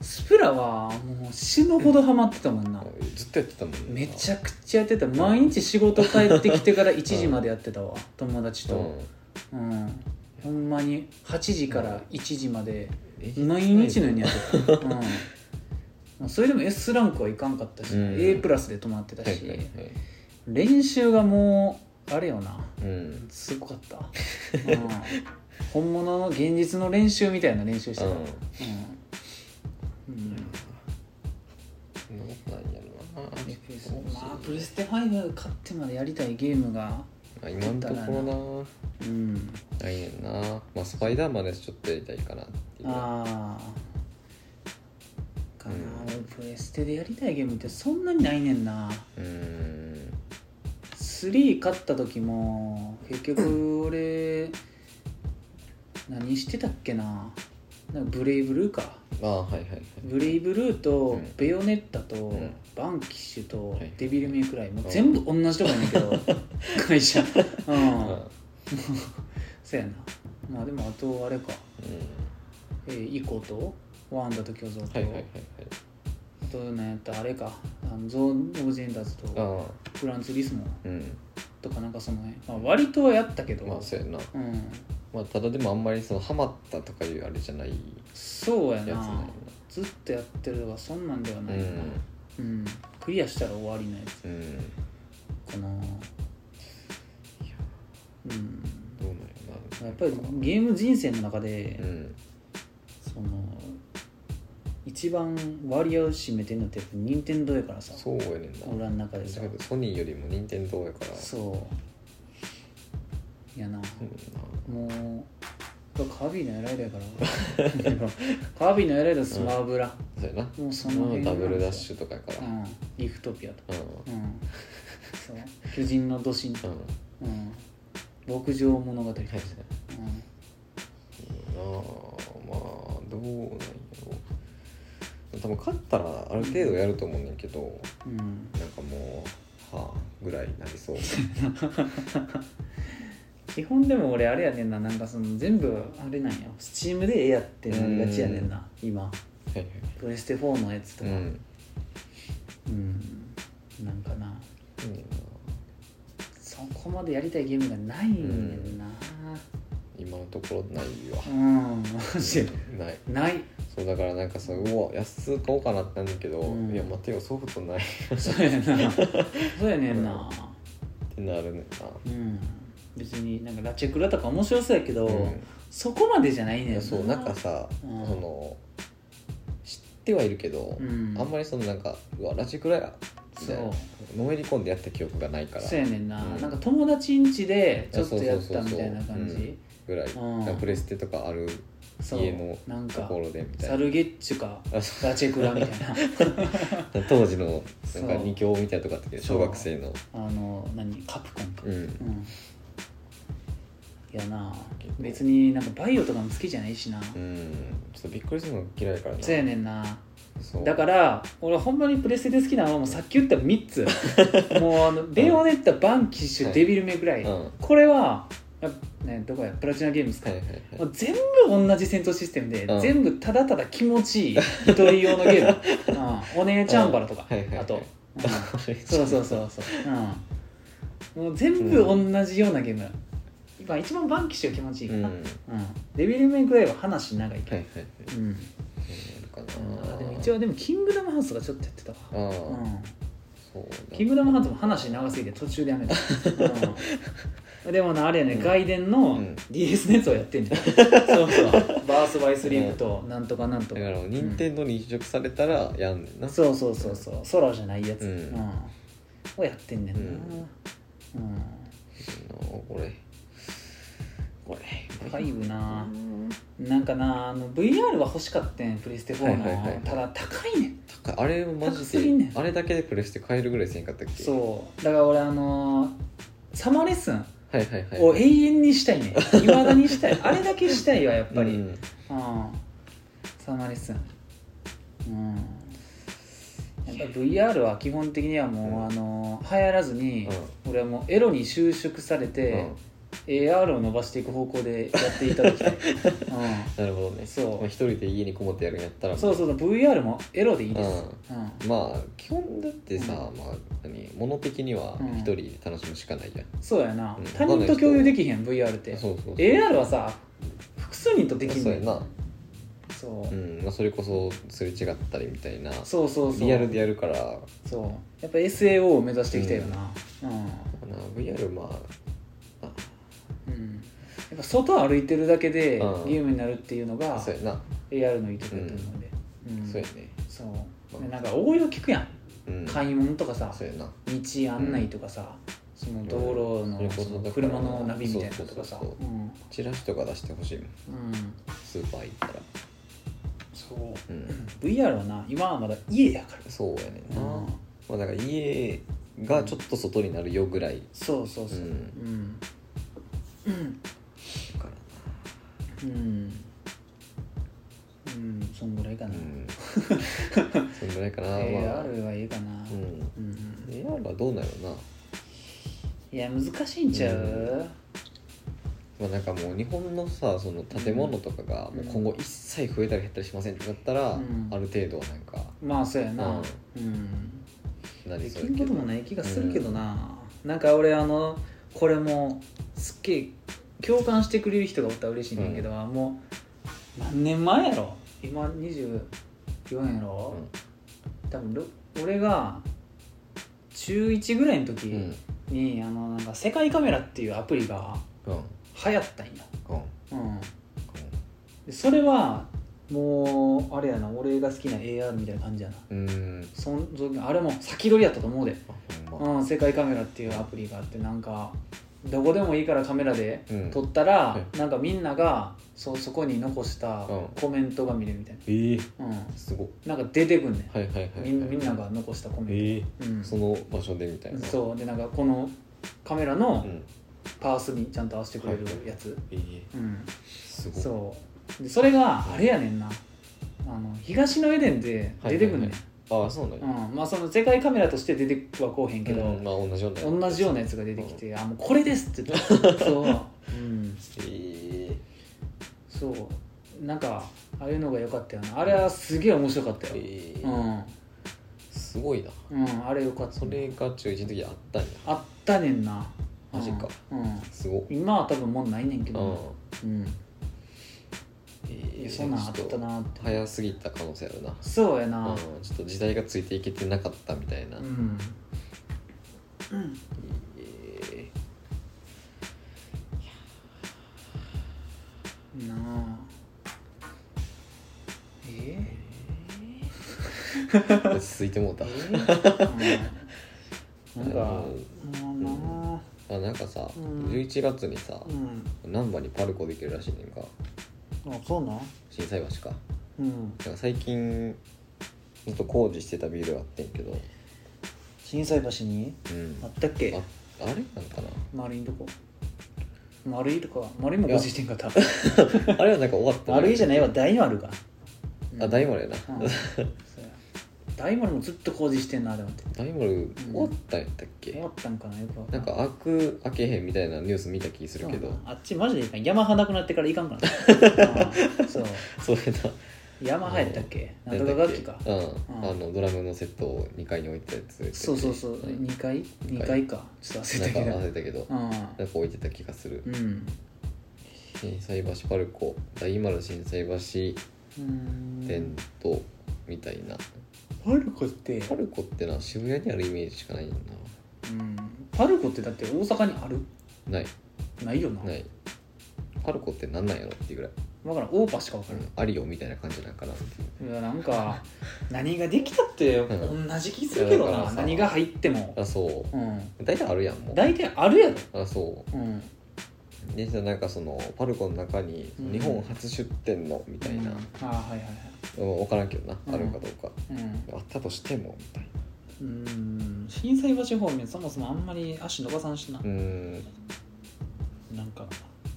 スプラはもう死ぬほどハマってたもんな、
ずっとやってたもんな
めちゃくちゃやってた毎日仕事帰ってきてから1時までやってたわ、友達
う
と、う
ん
んほんまに8時から1時まで
え
毎日のようにや
*laughs*
ってた、うん、それでも S ランクはいかんかったし、
うん
A プラスで止まってた
はい
し、
はいはい
練習がもうあれよな
うん
すごかった、
*laughs*
うん、本物の現実の練習みたいな練習してた、うん
う
うん
んなんかなんやろな
まあプレステ5買ってまでやりたいゲームが
まあ今んところな
うん
ないねんなまあスパイダーマンですちょっとやりたいかなっていう
ああかな、俺プレステでやりたいゲームってそんなにないねんな
うん
3買った時も結局俺何してたっけななんかブレイブルーか
ああはいはいはい
ブレイブルーと
うん
ベヨネッタと、
ん
バンキッシュと
い
デビルメイクライもう全部同じとこやねんけ
*laughs*
ど会社う
うん
んそやなまあでもあとあれか、
うん
えー、イコとワンダと巨像と、
はいはいはいはい
あと何やったあれかあのゾーン・オブ・ジェンダーズと
ああ
フランツ・リスモ
うん
とかなんかその辺、まあ、割とはやったけど、
まあそうやな
うん
まあただでもあんまりそのハマったとかいうあれじゃないや
そうや
つな
なん
やな
ずっとやってるとかそんなんでは
う
ないな、
ん
うんクリアしたら終わりのや
うん
つかなうん
どうなんやな
やっぱりゲーム人生の中で、
うん
その一番割合を占めてるのってやっぱ任天堂やからさ
そうやねんな
俺らの中でさ
ソニーよりも任天堂やから
そうやな、
うん
もうやっぱカービィの偉いだから *laughs* カービィの偉いだスマブラ、
なそうやな
もうその辺
ダブルダッ
ュ
シュとかやから
うんリフトピアとか
うん
うんそう巨人の土神、
うん、はい
うん、牧場物語、
はい
うん
なあまあどうなんやろう多分勝ったらある程度やると思うねんけど、
うん、
なんかもうはあぐらいになりそう
基本でも俺あれやねんななんかその全部あれなんやスチームでええやってなりがちやねんな今
はいはい
プレステ4のやつと
う
か
ん
うん、なんかない
いねんな
そこまでやりたいゲームがないねんな
今のところないわ
うんマジで
ない
ない
そうだからなんかさうわ安く買おうかなってなんだけど、
うん
いや待てよソフトないっ
そうやねんなそうやねんな
てなるねんな
うん別になんかラチェクラとか面白そうやけど、
うん
そこまでじゃないねん
い
な
やそうなんかさ、
うん
その知ってはいるけど、
うん
あんまりそのなんかうわラジクラや
そ
みたいな
う
のめり込んでやった記憶がないから
そうやねんな、
うん
なんか友達ん家でちょっと
い
や
や
っ
そうそ
た
うそ
み
うそう
たいな感じ
ぐらい、
うん
なんかプレステとかある
そう
家の
なん
と
か
ころでみたい
サ
な
ルゲッチュか
あそ
ラチェクラみたいな
う *laughs* 当時の
そ
な
うん
か二強みたいなとかあったけど
そう
小学生の
あの何カプコンか
うん
うんいやな
結構
別になんかバイオとかも好きじゃないしな、
うんちょっとびっくりするの嫌いからな
そうやねんな
そう
だから俺ほんまにプレステで好きなのはもうさっき言った3つ
*laughs*
もうあのベヨネッタバンキッシュ、
はい
デビルメぐらい、
うんは
これはやっぱねどこやプラチナゲームですか、
いはいはい
もう全部同じ戦闘システムで、
うん
全部ただただ気持ちいい一人用のゲーム、
*laughs*
うん、お姉ちゃんバラとか、
はいはいはい
あと、うんそ
そ
そ
う
うそうそう、うん、もう全部同じようなゲーム、今一番バンキッシュが気持ちいいか
うん
な、
は
う
い
んデビルメイクライは話長いけ
は
ど、
いはい
うん
そうなる
あ
かな
ーでも一応でもキングダムハーツがちょっとやってたわ、
あ
う
あ
ん、
そうだ
キングダムハーツも話長すぎて途中でやめ
*laughs*
た、うん、でもなあれやね、
うん
外伝の
うん
DS のやつをやってん
*laughs*
じゃんそうそうバース・バイ・スリープとなんとかなんと
だ
か、
から任天堂に移植されたらやんねんな
そうそうそうそう空じゃないやつ、
うん
うんをやってんねんな、うん
のこれこれ
ファイブななんかなあの VR は欲しかったんプレステ4の、
はいはいはいはい
ただ高いねん
高いあれマ
高
ジ
すぎんね
で
ん
あれだけでプレステ買えるぐらいせんかったっけ
そうだから俺あのーサマーレッスン
はいはいはい
を永遠にしたいねいまだにしたいあれだけしたいわやっぱり、
うん
ああサマーレッスンうんやっぱ VR は基本的にはもう、
うん
あの流行らずに、俺はもうエロに収縮され
うん
て、AR を伸ばしていく方向でやっていただき
*laughs*
たい、う
なるほどね
そう
まあ一人で家にこもってやるんやったら
ん、そうそうそう VR もエロでいいです、うん
まあ基本だってさ、
う
まあ何物的には
うん
一人で楽しむしかないじゃん、
そうやな、
うん
他人と共有できへん VR って
そうそうそう
AR はさ複数人とできん
そう
ね
や
ん
な、
そう
う、んまあ、それこそすれ違ったりみたいな
そうそうそう
リアルでやるから、ま
そうやっぱ SAO を目指していきたいよなうん
あな VR まあ
うんやっぱ外歩いてるだけでゲ
うん
ームになるっていうの
あ
が
そうやな、
AR のいいとこだと思うんで、うん
そうやね
そう
ま
な
あ
んか応用聞くやん、
うん
買い物とかさ
そうやな
道案内とかさ、その道路
それ
の
こそ
その
だから
車のナビみたいなのとかさ
そうそう
う
そ
ん
チラシとか出してほしいもん
うん
スーパー行ったら
そう
うん
VR はな今はまだ家やか
そうやねん
ら、
な、
うん
まあだから家がちょっと外になるよぐらい
そうそう
う
そううんん
だから
うん、うん、そんぐらいか
な
な、
うん
*laughs*
そんぐらいかなまあ
AR はいいかな、
う
うん
ん
うん、
AR はどうなるな、
いや難しいんちゃう、
うんまあ、なんかもう日本のさその建物とかが
うん
もう今後一切増えたり減ったりしませんってなったら、
うん
ある程度はなんか
まあそうやな
うん
うん、
なり
でき
そうや
る
け
こと
ど
もない気がするけどな、なんか俺あのこれもすっげえ共感してくれる人がおったら嬉しいねんけど、もう何年前やろ今24やろ、多分ろ俺が中1ぐらいの時
うんうん
に、あのなんか世界カメラっていうアプリが
うん
流行ったんや、
うんうん
うん、でそれはもうあれやな俺が好きな AR みたいな感じやな
うん
そんそんあれも先取りやったと思うで、
あほん
う
ま
ん、世界カメラっていうアプリがあってなんかどこでもいいからカメラで
うん
撮ったら、
う
なんかみんながそうそこに残した
うん
コメントが見れるみたい
えー、
な、うん、
すごっ
なんか出てくんねん、
はいはいはい、はい、
みんみんなが残したコメント、
え
うん
ー、その場所でみたいな
そうでなんかこのカメラの
ん、
パースにちゃんと合わせてくれるやつ、
えー、
うん、
すごっ
そうでそれがあれやねんなあの東のエデンで出てくんねん、
はいああそうなんや、
うん、まあその世界カメラとして出てはこうへんけど、
うんまあ同じような
同じようなやつが出てきて「あもうこれです」って
*laughs*
言ったそう、うん、
え
そうなんかああいうのが良かったよなあれはすげえ面白かった
ー、
よ、
え
う
ー
ん
すごいな
うん、あれ良かった
それが中1の時あったんや
あったねんな
マジか、
うんうん
すごっ
今は多分もうないねんけ
う
ど、うん
ん
い
え
や
ー
そんなんあったなっ
ちょ
て
と早すぎた可能性あるな
そうや
う、
なん
ちょっと時代がついていけてなかったみたいな、
うん
え
なあえ
ー落ち着いてもうた
えええなん
あ
か
の
も
あなんかさ、
うん
11月にさ
うなあうん
難波にパルコできるらしいねんか
あそうなん
心斎橋か
うん
なんか最近ずっと工事してたビルがあってんけど、
心斎橋に
うん、
あったっけ
ああれなんか
丸いんとこ丸いとか丸いもごじしてんかった *laughs*
なあれはなんか終わった
丸いじゃないわ大丸が
あ大
丸
丸やな、
うんそうや
*laughs*
大丸もずっと工事してんなでもって
大丸終わったんやったっけ、
終わったんかなよくわ
なんか開く開けへんみたいなニュース見た気するけ
そ
ど
うなあっちマジでいかん山派なくなってからいかん
*laughs*
からなうんそう
そうやな
山派やったっけなんと
何
か
だっ
楽
け
器か
うん、
うん
あのドラムのセットを2階に置いてたやつ
そうそうそう
なんか
2階
二階
2階かちょっと忘れたけど
忘れたけどなんか置いてた気がする
うんうん
心斎橋パルコ大丸心斎橋
うん
テントみたいな、
パルコって
パルコってな渋谷にあるイメージしかないんだ
うんパルコってだって大阪にある
なない
ないよな
ないパルコってなんなんやろっていうぐらい、
分からんオーパしか分か
う
らん
ん、アリオみたいな感じなんかなっていう
いやなんか何ができたって
う
同じ気するけど
いやだから
な
さ
何が入っても
あそ
うん
う大体あるやんもう
大体あるやろ
あそう
うん
でさなんかそのパルコの中に
うん
日本初出店のみたいな、
うんあはいはいはい
分からんけどな、
うん
あるかどうか
うん
あったとしてもみたいな
うん震災橋方面そもそもあんまり足伸ばさんしな
うーん
なんか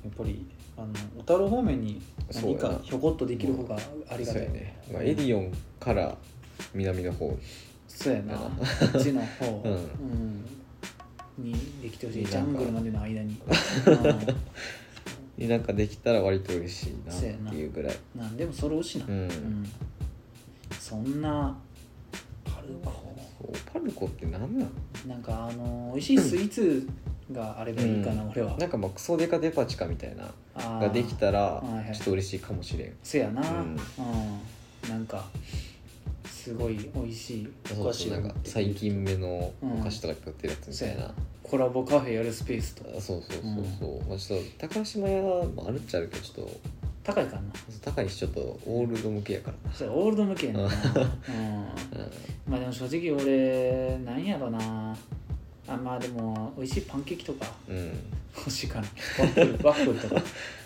やっぱりあの小樽方面に
そう
何
やな
かひょこっとできる方がありがた
そう
い
やね、まあ、エディオンから南の方
そうやなうちの方、
*laughs* うん
うんにできてほしい
なんか
ジャングルまでの間
*laughs*
に、
になんかできたら割と嬉しいなっていうぐらい
うん、なんでもそれしな、
うん
うんそんなパルコ
そうパルコってなんなん
なんかあの美味しいスイーツがあればいいかな、
うん
俺は
なんかまあクソデカデパ地下みたいな
あー
ができたら
ーはいはい
ちょっと嬉しいかもしれん
せやなう
うんん、
なんかすごい美味しいお
そう
菓
そ
子
う
を
なんか最近目のお菓子とか売ってるやつみたいな、
コラボカフェやるスペースとか
あそうそうそうそう、まあちょっと高島屋もあるっちゃあるけどちょっと
高いかな
高いしちょっとオールド向けやからな
そうオールド向けやな、うん、
うん
まあでも正直俺なんやろなあまあでも美味しいパンケーキとか
うん
欲しいかなワッフ
*laughs*
ルワッフルとか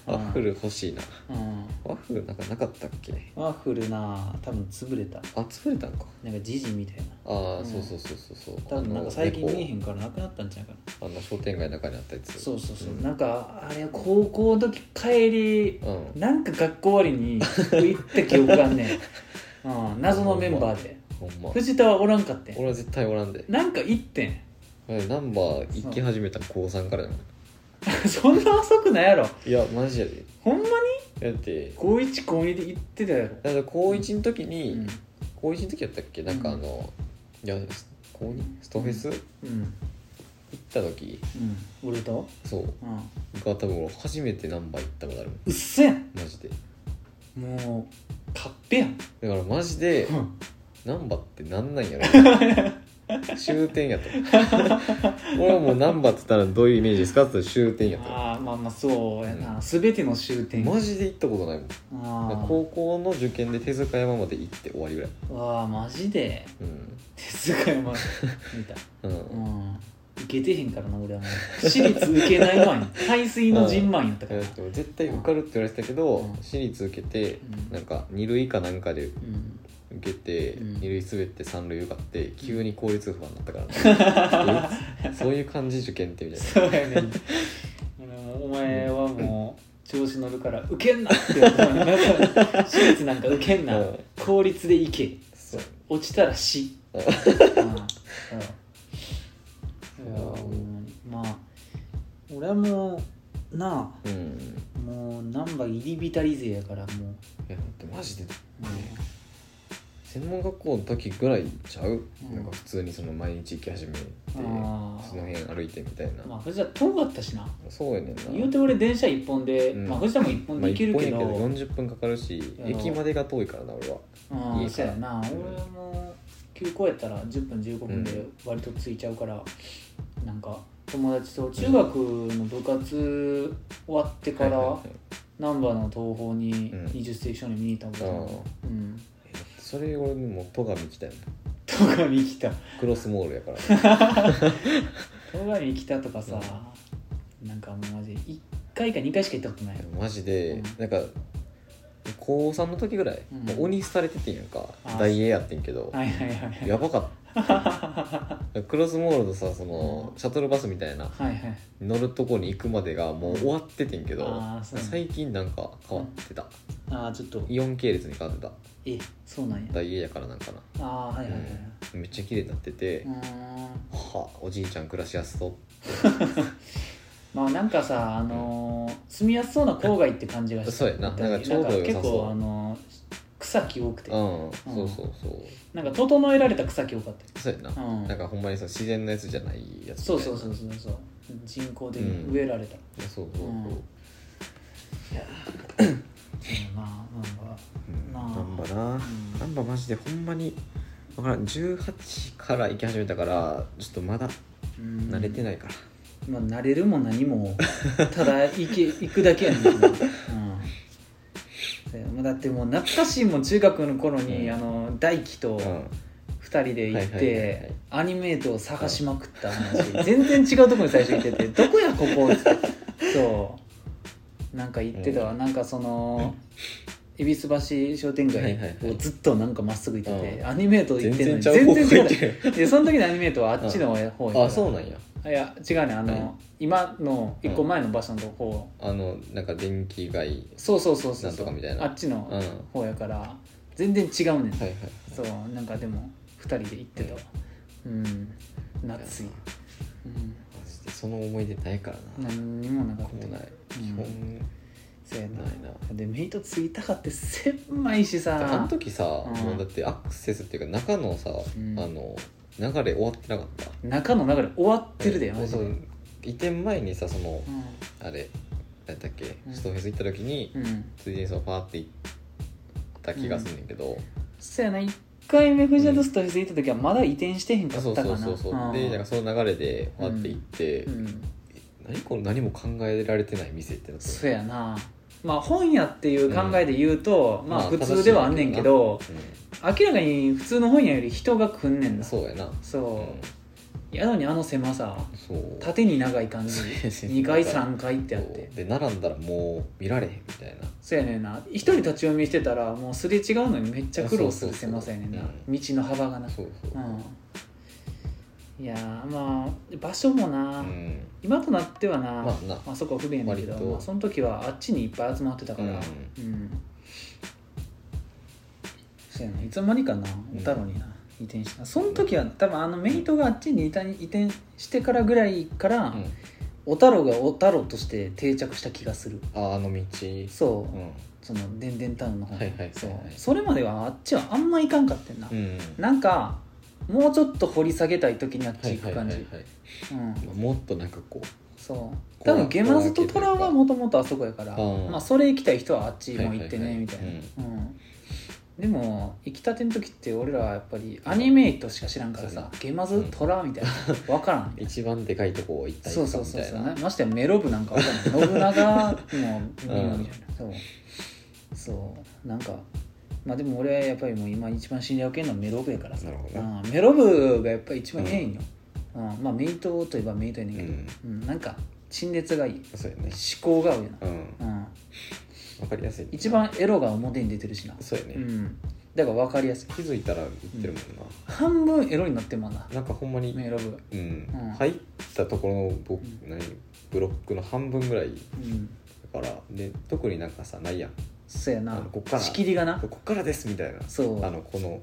ワッフル欲しいな
うん、うん
ワッフルなんかなかったっけ
ワッフルな多分潰れた
あ潰れたんか
なんかジジみたいな
ああ、
うん
そうそうそうそうそう
多分なんか最近見えへ
ん
んからなくなったんちゃうかな
あの商店街の中にあったやつ
そうそうそう、
ん
なんかあれ高校の時帰り
うん
なんか学校終わりに行った記憶があん
*laughs*
ねん、うん、謎のメンバーで
ほんま
藤田はおらんかってん
俺は絶対おらんで
なんか行ってん *laughs*
俺ナンバー行き始めたの高3からやもん
そんな遅くないやろ
いやマジやで
ほんまに
だって
高1高2で行ってたやろ
だから高1の時に、
うん
高1の時やったっけなんかあの、いや高 2? ストフェス、行
うん、
った時
うん、俺と
そう
うん
が多分俺初めてナンバー行ったことあるもん
うっせやん
マジで
もうカッペやん
だからマジでナンバってなんなんやろ *laughs* 終点や
*laughs*
と俺はもうナンバって言ったらどういうイメージですかって言ったら終点やと
ああまあまあそうやな、全ての終点
マジで行ったことないもん
あ
高校の受験で手塚山まで行って終わりぐらい
あわあマジで
うん *laughs*
手塚山見た
う、
うんん受けてへんからな俺はもう私立受けないマンや海水の人マンやったから、
えでも絶対受かるって言われてたけど、
うん
私立受けて
うん
なんか二類かなんかで
うん、
受けて、
うん
二類滑って三類受かって急に公立不安になったから
*laughs*
ね、えそういう感じ受験ってみたいな
そうやねんお前はもう調子乗るから「ウケんな!」って言われたから私立なんかウケんな、
うん
効率でいけ
そう
落ちたら死
うん
うんうんいやほんまにまあ俺はもうな
うん
あもう難波入り浸り勢やからも
いやだってマジで
う、う
専門学校の時ぐらいちゃう、
うん
なんか普通にその毎日行き始めてその
ああ
辺歩いてみたいな、
まあ藤田遠かったしな
そうやねんな
言うて俺電車一本で、
うん
まあ藤田も一本
まあ
で行け
一
る
本
け
やけ
ど,、
ど40分かかるし
あの
駅までが遠いからな俺は
うん、
家
そ
か
う
ら
やな、
うん
俺も休校やったら10分15分
う
で割と着いちゃうから、なんか友達と中学の部活終わってから
はいはいはい
難波の東宝に
うん
20世紀少年見に行ったもんねうん *laughs*
それ俺にも戸上来たよ
戸上来た
クロスモールやから
戸上来たとかさ、なんかもうマジで1回か2回しか行ったことないよ
マジで
うん
なんか高3の時ぐらい、
うん
もう鬼廃れててんやんか
あー
大英やってんけど
はいはいはいはい
やば
*laughs*
かったクロスモールのさそのシャトルバスみたいな
はいはい
乗るとこに行くまでがもう終わっててんけど、
あーそう
最近なんか変わってた、
ああちょっと
イオン系列に変わってた
えそうなんや
大英やからなんかな
ああーはいはいはい
めっちゃ綺麗になってて、
うーん
はあおじいちゃん暮らしやすそう
まあなんかさ、あのー住みやすそうな郊外って感じがして
そうやななんかちょうど良さそう
結構、あのー草木多くて、
うん、
うん
そうそうそう
なんか整えられた草木多かっ
そうやな、
た、うん、
なんかほんまにさ自然なやつじゃないやつ
そうそうそううそうそう人工的に植えられた、
そうそうそう、
うん
うん
うんまあなんかなあ
なんばな
うん
なんばマジでほんまにわからん18から行き始めたからちょっとまだ
うん
慣れてないから、
まあ慣れるも何もただ行
*laughs*
け行くだけやねんけど、うんそうやまあ、だってもう懐かしいもん中学の頃に、
うん
あの大輝と、
うん
2人で行っ
はいはいはいはい
てアニメートを探しまくった話 *laughs* 全然違うとこに最初行ってて「どこやここ」ってそうなんか行ってたわ、
うん
なんかその恵比寿橋商店
はいはい
街
は
を
い
ずっとなんかまっすぐ行ってて、
うん
アニメート行
全
ってんの
然
に
ちゃう方向
全然違
行っ
う
てる
でその時のアニメートはあっちの方やから
あそうなんや
いや違うねあの、
はい
今の1個前の場所の方、
あのなんか電気街
そうそうそうそう
なんとかみたいな
あっち
うんは
の
い
方やから全然違うねん、
はい
そうなんかでも2人で行ってたわうん夏い、うん、
マジでその思い出ないからな
何にもなかっ
こ
た
うない
うん
基本
そうやな
ないな
でメイトついたかって狭いし
あ
さ
の時さ
うん
もうだってアクセスっていうか中のさ
ん
あの流れ終わってなかった
中の流れ終わってるで
も
マ
う
ジ
そう
で
移転前にさその
うん
あれ何だっけ
うん
ストフェス行った時に
うん
ついでにそのパーって行った気がすんねんけど
そうやな1回目藤田ストフェス行った時はまだ移転してへんか
あ
っ
そう
た
そ
か
う
な
そうそううんでなんかその流れでパーって行って
うん
何この何も考えられてない店ってなった
そうやなまあ本屋っていう考えで言うと、まあ
まあ
普通ではあんねんけど
う
明らかに普通の本屋より人が来んねん
ん
な
そうやな
そうう、やのにあの狭さ
んそう
縦に長い感じ
そうやね
2階3階ってあって
そうで並んだらもう見られへんみたいな
そうやねんな一人立ち読みしてたらもうすれ違うのにめっちゃ苦労する
そうそうそ
狭
う
さやねんな
う
道の幅がな
そうそう
うんいやーまあ場所もな、
うん
今となってはな、
まあな
あそこは不便だけど、
割と
まあ、その時はあっちにいっぱい集まってたから
う
うん、そうやないつの間にかな
うん
小太郎にな、移転したその時は多分あのメイトがあっちに移転移転してからぐらいから、
うん
お太郎がお太郎として定着した気がする
ああの道
そう、
うん
そのでんでんタウンの方
はいはいはいはい
そうそれまではあっちはあんま行かんかってんな、
うん
なんかもうちょっと掘り下げたい時にあっ
は
ち
い
行く
はいはい
感
は
じ、
い
うん
まあもっとなんかこ
そう多分ゲマズとトラはもともとあそこやから、
うん
まあ、それ行きたい人はあっちも行って
は
ね
いはいはい
みたいな、うんでも行きたての時って俺らはやっぱりアニメイトしか知らんから
そう
さ
やな
ゲマズトラみたいな分からん
う一番でかいとこ行ったり
そ
と
う
か
そう
み
そう
たい
そう、
な
ましてやメロ部なんかわかんない信長も
*laughs*
見るみたいな、そうそうなんかまあでも俺はやっぱりもう今一番信頼を受けるのはメロ部やからさ
なるほど
うんメロ部がやっぱり一番ええんよ、うん、まあメイトといえばメイトやねん
う
けど、
ん
うん、なんか陳列がいい
そうやね
思考が合うよ
うん
な、うん、
わかりやすい
一番エロが表に出てるしな、
そうやね、
うん、だから分かりやすい
気づいたら言ってるもんな、
半分エロになってんもんな
なんかほんまに、
メイロブ、
うん
うん
入ったところの僕、
うん
何ブロックの半分ぐらい
うん、
だからで特になんかさないやん
そうやな
あのこっから
仕切りがな
こっからですみたいな
そう
あのこの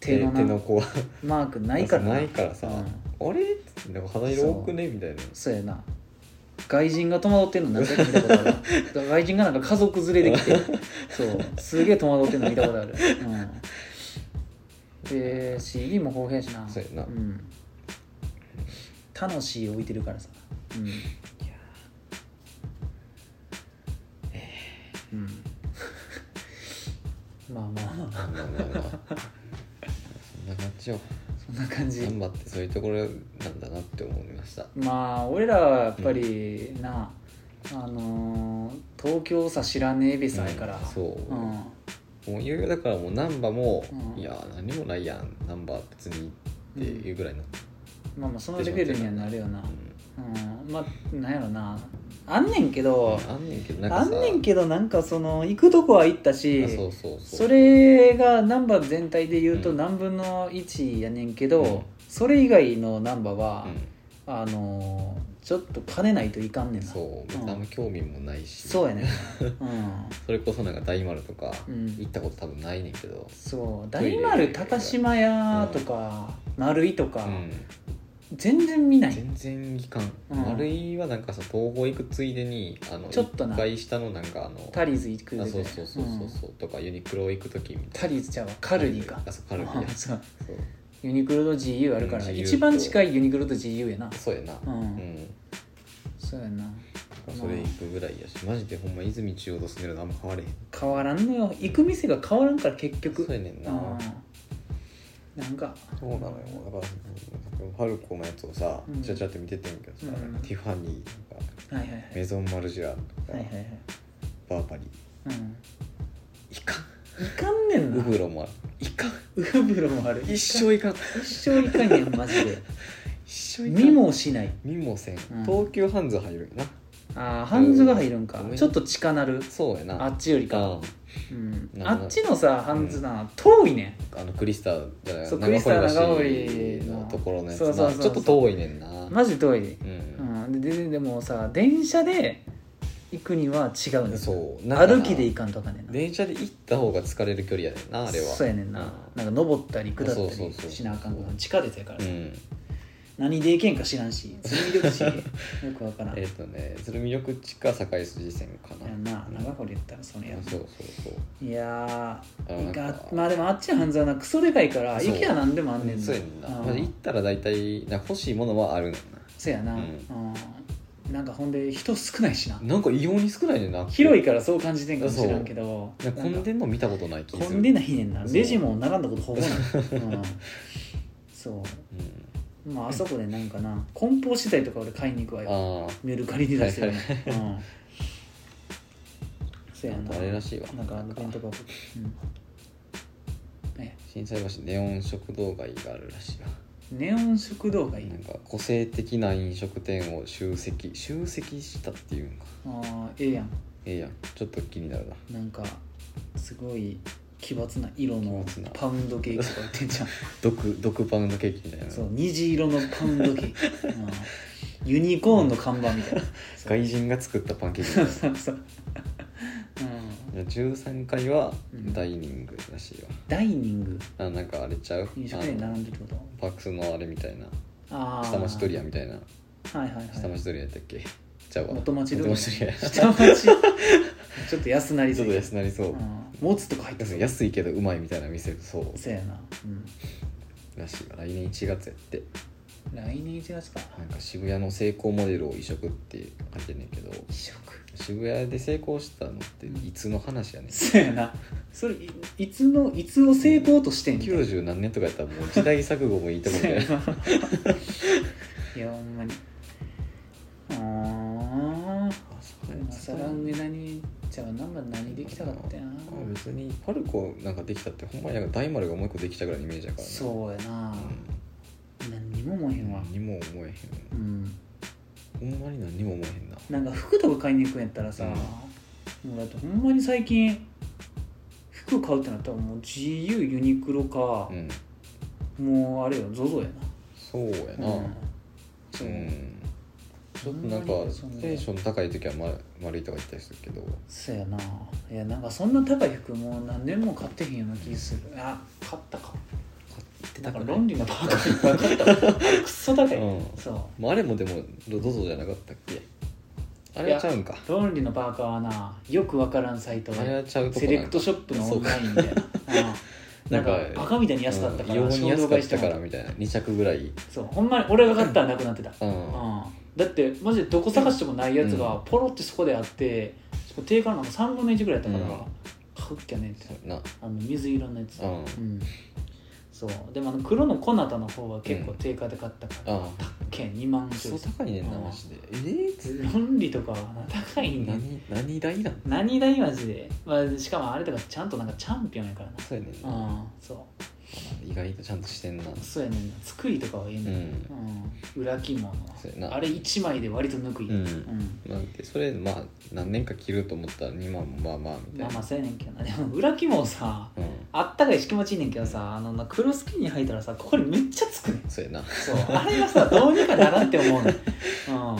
手のな
手の子は
マークないから
ないからさ、あれなんか肌色多くねみたいな
そうやな外人が戸惑ってんの何回か見たことあるだ
*laughs*
から外人がなんか家族連れで来てそうすげえ戸惑ってんの見たことある、うん、で CD も豊富やしな、
そうやなん
楽しい置いてるからさうんうん、まあまあ
まあまあまあそんな感じよ
そんな感じ
頑張ってそういうところなんだなって思いました
まあ俺らはやっぱり、なあのー東京さ知らねえべさやから、
うんそう、
うん
もういよいよだからもう難波も、
うん
いや何もないやん難波別にっていうぐらいな、
まあまあそのレベルにはなるよな
うん
うんまあなんやろなあんねんけど
あんねんけどなんかさ
あんねんけどなんかその行くとこは行ったし
あそうそうそ
そ
う
れがナンバー全体で言うと
うん
何分の1やねんけど、
うん
それ以外のナンバーは
う、ん
あのーちょっと兼ねないといかんねんな
そう別
ん
にあんま興味もないし、
そうやねん、うん、
それこそなんか大丸とか
うん
行ったこと多分ないねんけど、
そう
トイレ
大丸高島屋とか、丸井とか、
うん
全然見ない
全然いかん、
うん
丸いはなんかさ東宝行くついでにあの
ちょっとな
一回下のなんかあの
タリーズ行く
あ
で
そうそうそうそう
うん
そう、とかユニクロ行く時みたいな
タリーズちゃうわカルディか
あそうカルディや
そう
そう
ユニクロと GU あるから
うん GU
一番近いユニクロと GU やな
そうやな
うん、
うん
そうやな
それ行くぐらいやしマジでほんま泉中央と住んでるのあんま変われへん
変わらんのよ行く店が変わらんから結局
そうやねんな
うんなんか
そうなのよだからハルコのやつをさ
うん
ちゃちゃって見ててんけどさ、
うん
なんかティファニーとか
はいはいはい
メゾンマルジェラとか、
はいはいはい
バーパリ
うん
ーいかん
いかんねん
ウ
な
ブロもあるいかん
ウブロもある
一生いかん
一生いかんねんマ
*laughs*
ジで
一生いかん
見もしない
見もせん、
ん
東急ハンズ入るな
ああハンズが入るんか、
うん
ちょっと近なる
そうやな
あっちよりか、
あ
うん
な
あっちのさハンズな、遠いね
あのクリスタじゃない
そう
長
ク
堀
リスタ長
橋
堀
の
の
ところのやつ
そうそうそう
なちょっと遠いねんな、
んマジ遠い、
う、
うんん、でででもさ電車で行くには違うねん
そうなんかな
歩きで行かんとあかんねんな
電車で行った方が疲れる距離やねんなあれは
そうやねんな、なんか登ったり下った
そうそうそう
りしなあかんから地下鉄やから、
うん
何で行けんか知らんし全力
*laughs*
しよくわからん
えっ、
や
とね鶴見緑地か堺筋線かな、
んな長堀やったらそのや
そうそうそう
ついや
あ
ーい
なん
か
か
まあでもあっちのハンズはなクソでかいから
そう
行きゃ何でもあんねんな
そうやねんな、
うん
まあ、行ったら大体なんか欲しいものはあるのよ
そうやな、
う
うんんなんかほんで人少ないしな
ななんか異様に少ないねんな
広い
い
からそう感じてんかもしらんけどなんか
混んでんの見たことない気する
混んでないねんな
そう
レジも並んだことほぼない、うん、そう
うん、
まああそこでなんかな梱包資材とか俺買いに行くわよ
ああ
メルカリで出してるね、うんそうや
あ
な
とあれらしいわ
なんかあの弁当箱うんね
震災橋ネオン食堂街があるらしいわ
ネオン食堂がいい
なんか個性的な飲食店を集積集積したっていうのか
あーええやん
ええやんちょっと気になるな
なんかすごい奇抜な色の
奇抜な
パウンドケーキとか売ってんじゃん
毒毒パウンドケーキみたいな
そう虹色のパウンドケー
*laughs*
キ、うんユニコーンの看板みたいな
外人が作ったパンケーキみたいな
そうそう、うん、
じゃあ13階は
うん
ダイニングらしいわ、
ダイニング
あなんかあれちゃう
飲食店に
あの
並んでるってこと
パックスのあれみたいな
ああ
下町ドリアみたいな
はいはいはい
下町ドリアやったっけちゃうわ
元町ド
元
リア
町ドリアち
下
*laughs*
町ちょっと安なり
ょ
す
っ
ぎ
と
る
安なりそ
う
う、
んもつとか入ってそう
安いけどうまいみたいな店そう
そうやな、うん、
らしいわ来年1月やって
来年1月か
なんか渋谷の成功モデルを移植って書いてんねんけど
移植
渋谷で成功したのっていつの話やねん
そうやなそれいいつのいつを成功としてんの
90何年とかやったらもう時代錯誤もいいとこみ
*laughs* そ
た
う
い
やな
な
*laughs* いやほんまにああ今更上田にじゃあ何番何できたかったな
あ別にパルコなんかできたってほんまになんか大丸がもう一個できたぐらいのイメージやからね
そうやな、
うん
何に何も思えへんわ
何も思え
うん
へんほんまに何も思えへん
な
な
んか服とか買いに行くんやったらさ、もうだってほんまに最近服買うってなったらもう GU ユニクロか
う、ん
もうあれよ ZOZO や
そうや
な
なうん、
そう
ちょっとなんか
ほんまにそんな
テンション高い時はま丸いとか言ったりするけど
そうやないやなんかそんな高い服もう何年も買ってへんような気するあ買ったかなんかロンリーのパーカーいっぱい買ったわあれクソ高い、
うん
そ
まあ、あれもでもロドゾじゃなかったっけあれはちゃうんか
うロンリーのパーカーはなよくわからんサイト
あれはちゃうとこ
セレクトショップのオンライ
*laughs*
ンみたいな
な
なんん
か
かバカみたいに安かったから
うん異様に安かった
衝動買いしても
かららみたいな2着ぐらい
そうほんまに俺が買ったらなくなってた、う
う
ん
ん、
だってマジでどこ探してもないやつがポロってそこであって、そこ定価の3分の1ぐらいやったから、
うん
買うっきゃねんって
な
あの水色のやつ、
うん
うんそうでもあの黒のコナタの方は結構定価で買ったから、
ああ
けん2万
クソ
円
高いねんな
うん
マジでえー、つ
論理とかは高いんだ
何何代なん
何だいマジで、まあ、しかもあれとかちゃんとなんかチャンピオンやから
そうやねんな、
なうんそ
意外とちゃんとしてんな
うそうやねんな作りとかはええ
う
ねん、
ん
うん、裏着物
そうやな
あれ1枚で割と抜く
う
い
ん、
うん
まあ、でそれまあ何年か着ると思ったら2万もまあまあみ
まあ
たい
ま
な
あそうやねんけどなでも裏着もさ
うん
あったかいし気持ちいいねんけどさあのな黒スキニー履いたらさここにめっちゃつくねん
そうやな
そうあれがさどうにかならんって思うねん、う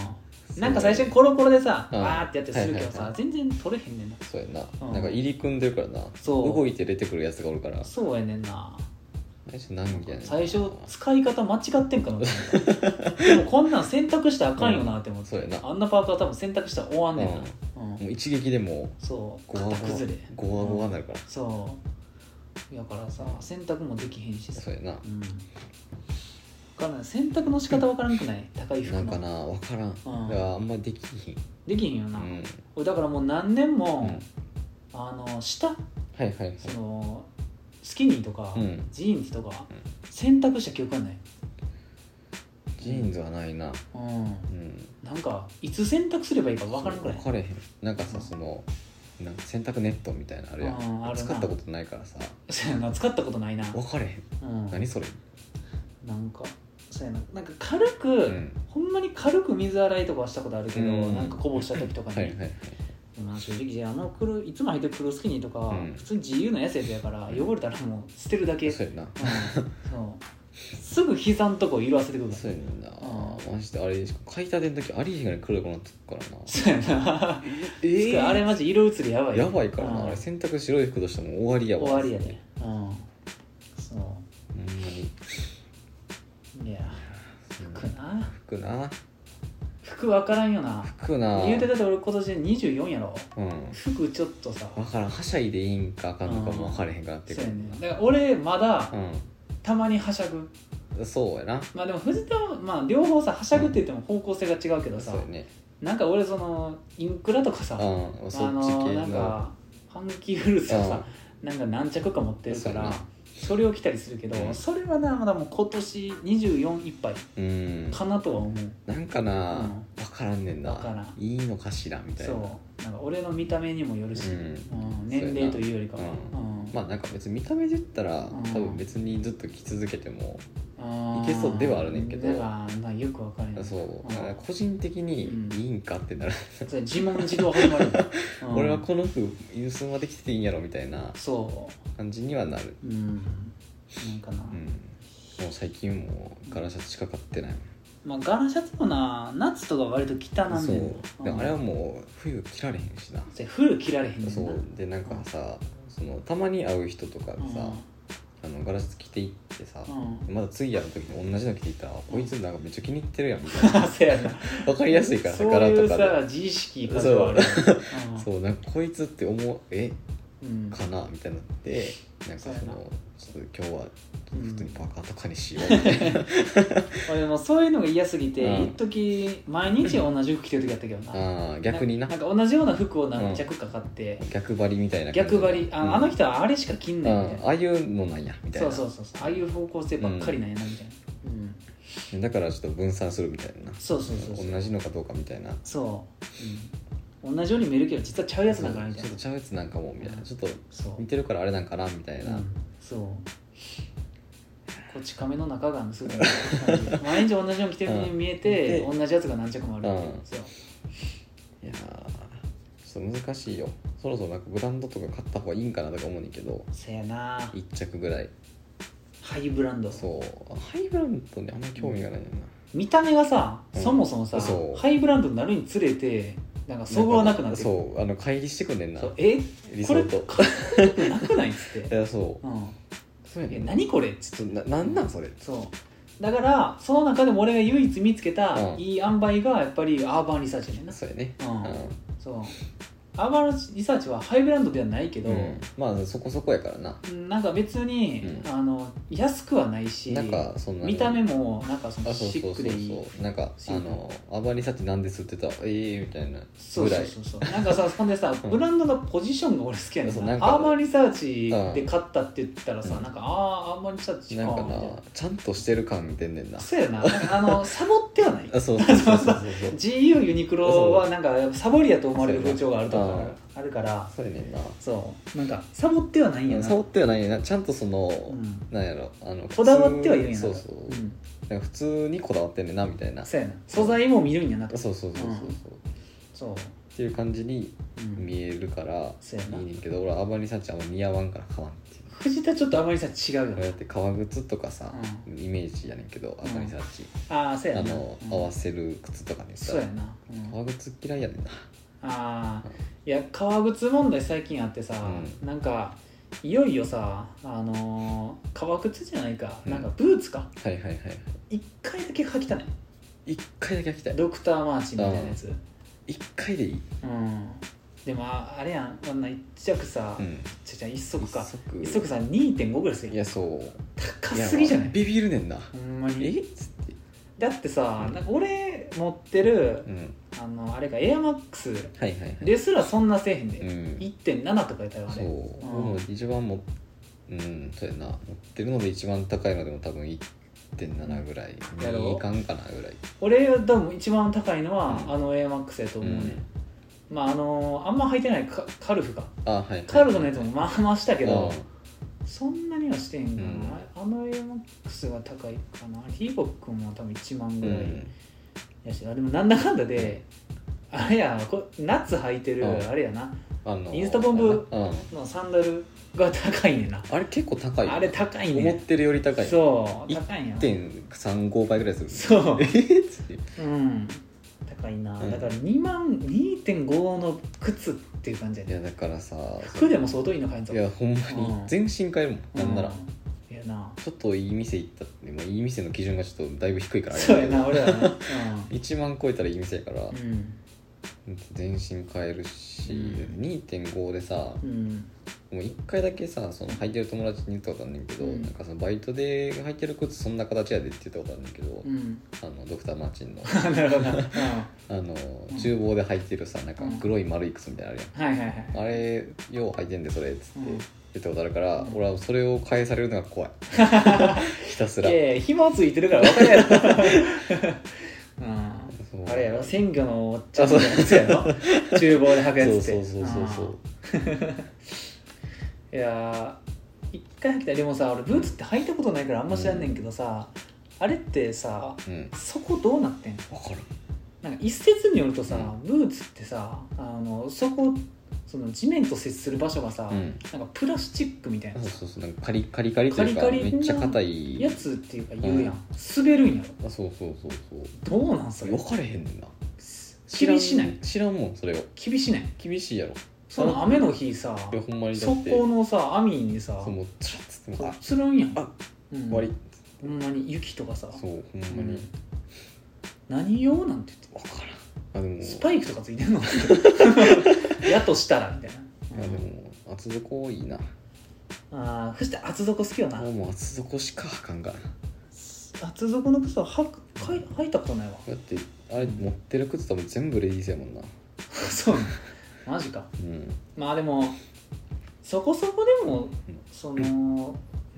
ん、なんか最初にコロコロでさ
うん
わーってやってするけどさ、
はいはい
全然取れへんねんな
そうやな、
うん
なんか入り組んでるからな
そう
動いて出てくるやつがおるから
そうやねんな
最初何みたいな
最初使い方間違ってんかなって思った
*laughs*
でもこんなん選択したらあかんよなって思っ
そう
て、
やなも
あんなパーカー多分選択したら終わんねんな、うん
う一撃でも
そう
ゴワ
型
ゴワ
崩れ
ゴワゴワになるから、
そうやからさ洗濯もできへんしさ
そうやな
うん分からん洗濯の仕方わからんくない高い服
な
の
んかな分からん、
ん
だからあんまできひん
できへんよ
う
な、
ん、
俺だからもう何年
うん
も、あの下
はいはいはい
そのスキニーとか、
うん
ジーンズとか、
うん
洗濯した記憶がない、
ジーンズはないな
うん、
うん
なんかいつ洗濯すればいいか分からんくらい
分かれへんなんか
う
さ
ん
そのなんか洗濯ネットみたいなのあるや
うんある
ん
な
使ったことないからさ
*laughs* そうやな使ったことないな、
分かれへん
うん、
何それ
なんかそうやななんか軽く、
うん
ほんまに軽く水洗いとかはしたことあるけど、
うん
なんかこぼした時とか
は
に、
いはいはい
まあ正直あの黒いつも履いてる黒スキニーとかは、
うん
普通に自由なやつやつやから汚れたらもう捨てるだけ、
そうやな
うんそうすぐ膝のとこ色あせてくるから
そうやねんなマジであれしかも買いたての時ありえへんぐらい黒くなってくからな
そうやな、
え
しかもあれマジ色移りやばい
やばいから
うん
なあれ洗濯白い服としても終わりやわ
終わりやで、うんそう
ほんまに
いや服な
服な
服分からんよな
服な
言うてだって俺今年で24やろ
うん
服ちょっとさ
分からんはしゃいでいいんかあかんのかも分からへんかって
そうやねだから俺まだたまにはしゃぐ
うんそうやな
まあでも藤田はまあ両方さはしゃぐって言っても方向性が違うけどさ
そうやね
なんか俺そのインクラとかさ
うんそ
あ
っち
の
系
なん
の
かハンキーフルーツをさなんか何着か持ってるか
そうや
ら
な
それを着たりするけど
うん
それはなまだもう今年24いっぱい
うん
かなとは思う
なんかな
うん
分からんねん
わから
なんいいのかしらみたいな
そうなんか俺の見た目にもよるし、
う
うんん年齢というよりかは、
う
うん
まあなんか別に見た目で言ったら
うん
多分別にずっと着続けても
あー
いけそうではあるねんけど
だからまあよくわかる
そう
うん
だから個人的にいいんかってなる
それ自問自答始まる、
*laughs*
うん
俺はこの服郵送まで着てていいんやろみたいな
そ
感じにはなる
ううんなんかな、
うんもう最近もうガラシャツしか買ってない
まあガラシャツもな夏とか割と汚なん
そ
ね
うんで
ん
あれはもう冬着られへんしな
それフル切られへんねんな
そうでなんかさそのたまに会う人とかで
うん
さあのガラシャツ着ていってさ
う
まだ次やる時に同じの着ていったらあこいつなんかめっちゃ気に入ってるやんみたい
*laughs* ん *laughs* そうやな
なわかりやすいから
そ
さ
う
柄
い
と
う
か
さ
で
自意識過剰あるう
そうなんかこいつって思うえ
ん
かなみたいになってなんか
そうや
そ
な
のちょっと今日は
うん
普通にバカとかにしようみたいな
俺もそういうのが嫌すぎて
うん
一時毎日同じ服着てる時あったけどな
あー逆になん
かんか同じような服を何着か買って、
逆張りみたいな感じ
逆張りあ,、
うん
あの人はあれしか着んないみたい
ああいうのなんやみ
な
たい
そうそ
な
うそうそうああいう方向性ばっかりなんやなみたいな、うん
だからちょっと分散するみたいな
そうそうそうそう
同じのかどうかみたいな
そう、うん、同じように見えるけど実はちゃうやつ
ちょ
だ
っ
からみたいな
とちゃうやつなんかもみたいなちょっと
そう
似てるからあれなんかなみたいな、
うんそう
こ
こっち亀の中川のスーツみたいな感じ毎日同じの着てるように見えて、
う
同じやつが何着もあるっていう
うん
そう
いやーちょっと難しいよそろそろなんかブランドとか買った方がいいんかなとか思うねんけど
せやな
1着ぐらい
ハイブランド
そうあハイブランドにあんまり興味がないよな、
見た目がさ、
うん
そもそもさ
そう
ハイブランドになるにつれてなんかそぐわなくなってくる
そうあの乖離してくんねんな
そうえ
理
これ
想と
かっこよくなくないっつっ
い
て、
やそ
うん、
*laughs* うそうや
い
ね
や
ん
何これっつって
ちょっとななんなんそれ
そうだからその中でも俺が唯一見つけた
うん
いい塩梅がやっぱりアーバンリサーチやねんな
そうやね
うんそうアーバンリサーチはハイブランドではないけど、
うんまあそこそこやからな
なんか別に、
うん
あの安くはないし
なんかそんな
見た目もなんかその
あそう
シ
そう
ッ
そ
ク
う
でいい
そうなんか
シ
あ
ック
の「アバリサチなんです」って言ってたら「ええみたいな
そう
ぐ
そ
ら
う
い
そうそうなんかさほんでさ
うん
ブランドのポジションが俺好きやね
そ
ん
う
な
なんか
アーマーリサーチで買ったって言ったらさ、
うん
なんかああーアーマーリサーチか
なんか
みたい
なちゃんとしてる感出んねんな
なそうやななんかあのサボってはない
あそうそう
*laughs*
そうそうそう
GU ユニクロはなんかサボりやと思われる風潮があると
そう
か
や
あるから
そうやねんな
そうなんかサボってはないんやな
サボってはないねんなちゃんとその、
うん
なんやろあの
こだわってはいるんやな
そうそう、
うん
なんか普通にこだわってんねんなみたいなそ
そうやな素材も見るんやなと
うそうそうそうそう、
うんそ
っ
う、
ていう感じに
うん、
見えるから、
そうやない
いねんけど俺アバリサチあんま似合わんから買わんっていう
藤田ちょっとアーマーリサーチ違うよ
こうや
ね
って革靴とかさ、
う
イメージやねんけどアバリサチ、
ああそうや
あ
な
の、
うん
合わせる靴とかね
そうやな、うん
革靴嫌いやねんな
ああいや革靴問題最近あってさ、
う
なんかいよいよさあのー革靴じゃないか、
うん
なんかブーツか
はいはいはいは
一回だけ履きたね
い一回だけ履きたい
ドクターマーチンみたいなやつ
一回でいい
うんでもああれやんあんな一着さ、
うん
ちゃちゃ一足か
足
一足さ2.5ぐらいする
い
やん
やそう
高すぎじゃない
やビビるねんな
ほんま
え
に
っつって
だってさ、
うん
なんか俺持ってる
うん
あのあれかエアマックス
はいはいはい
ですらそんなせえへんで、
うん
1.7とかやったよあ
そ
れ
う、
うん
もう一番もうんそうやな持ってるので一番高いのでも多分1.7ぐらい
やろう
いかんかなぐらい
俺が多分一番高いのは、
うん
あのエアマックスやと思うね、
うん
まああのあんま履いてないカカルフか
あはいはい
カルフのやつもまあまあしたけ
う
ど
ん、
そんなにはしてへんかな、
うん
あのエアマックスが高いかなヒーボックも多分1万ぐらい
うん
やし、あでもなんだかんだであれやこ夏履いてる
うん
あれやな
あの
インスタポンプ
うん
のサンダルが高いねんな
あれ結構高いよ
あれ高い
思っ
ね
てるより高い
そう高いんや
1.35倍ぐらいする
そう
*laughs* えっつって
うん高いな、
うん
だから2万2.5の靴っていう感じや
い
ね
やだからさ
服でも相当いいの買えんぞ
いやほんまに
うん
全身買えるもん、なんなら
うんいやな
ちょっといい店行ったって、まあ、いい店の基準がちょっとだいぶ低いからあれ
そうや
けど
な俺
*laughs*
らな
1万超えたらいい店やから、
うん
全身買えるし、
うん
2.5でさも
うんうん
う1回だけさその履いてる友達に言ったことあんねんけど、
うん
なんかそのバイトで履いてる靴そんな形やでって言ったことあんねんけど、
うん
あのドクターマーチンの
*laughs* なるほどなうん
あの
ん
厨房で履いてるさなんか黒い丸い靴みたいなのあ
は
るやん
いはいはい
あれよう履いてんでそれっつって
うん
言ったことあるから、
うん
俺はそれを返されるのが
*laughs*
怖いひたすら
いやいや紐ついてるから分かるやろ
*laughs* そう
うんあれやろ鮮魚のおっちゃんみたいなやつやろ厨房で履くやつ
そう
って
そうそうそうそう
うんいやー一回履きたいでもさ俺ブーツって履いたことないからあんま知らんねんけどさ、あれってさ
うん
そこどうなってんの
分かる
なんか一説によるとさ、
う
ブーツってさあのそこその地面と接する場所がさ、
うん
なんかプラスチックみたいな
そうそうそうなんかカリカリカリというか
カリカリな
めっちゃ硬い
やつっていうか言うやん、滑るんやろ
あそうそうそうそう
どうなんそれ
分かれへんねんな
厳しない
知らんもんそれを
厳しない
厳しいやろ
その雨の日さ
いやほんまにだ
速
って
攻のさ網にさ
そうもうつらっつってもうあ
つるんやん
あ
うん、
終わり
ほんまに雪とかさ
そうほんま
う
に
ん何用なんて言って
分からんあでも
スパイクとかつい
*laughs*
てんのやとしたらみたい
あ
な、
でも厚底いいな
ああそして厚底好きよな
もうもう厚底しかあかんから
厚底の靴ははくかい履いたことないわ
だってあれ持ってる靴多分全部レディースやもんな
*laughs* そうなんマジか
うん
まあでもそこそこでもその何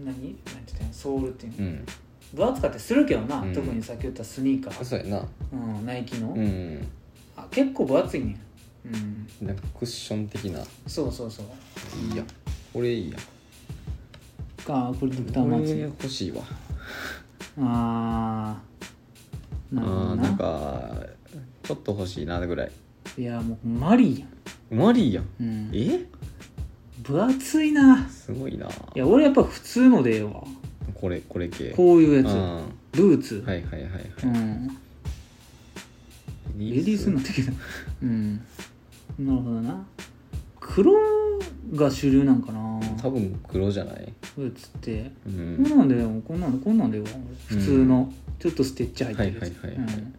なんて言ったんやソールっていうの
うん
分厚かってするけどな、
うん
特にさっき言ったスニーカー、
そうやな
うん、ナイキの、
うん
あ結構分厚いねんうん
なんかクッション的な
そうそうそう
いいや俺いいや
あこれドクターマ
俺
ーチン
欲しいわ
ああなるほ
あ
ど
ー
な
なんかちょっと欲しいなぐらい
いやもうマリーやん、
マリーやん
うん、
え
分厚いな
すごいない
や俺やっぱ普通のでええわ
これこれ系
こういう
うん
や
は
つブーツ、
いはいはいは
う
い
んレディースになったけどうんなるほどな黒が主流なんかな
多分黒じゃない
ブーツって
う
こん
ん
なんでよこんなんでこんなんでよ普通のちょっとステッチ入ってるやつ
はいはいはいはい
うんい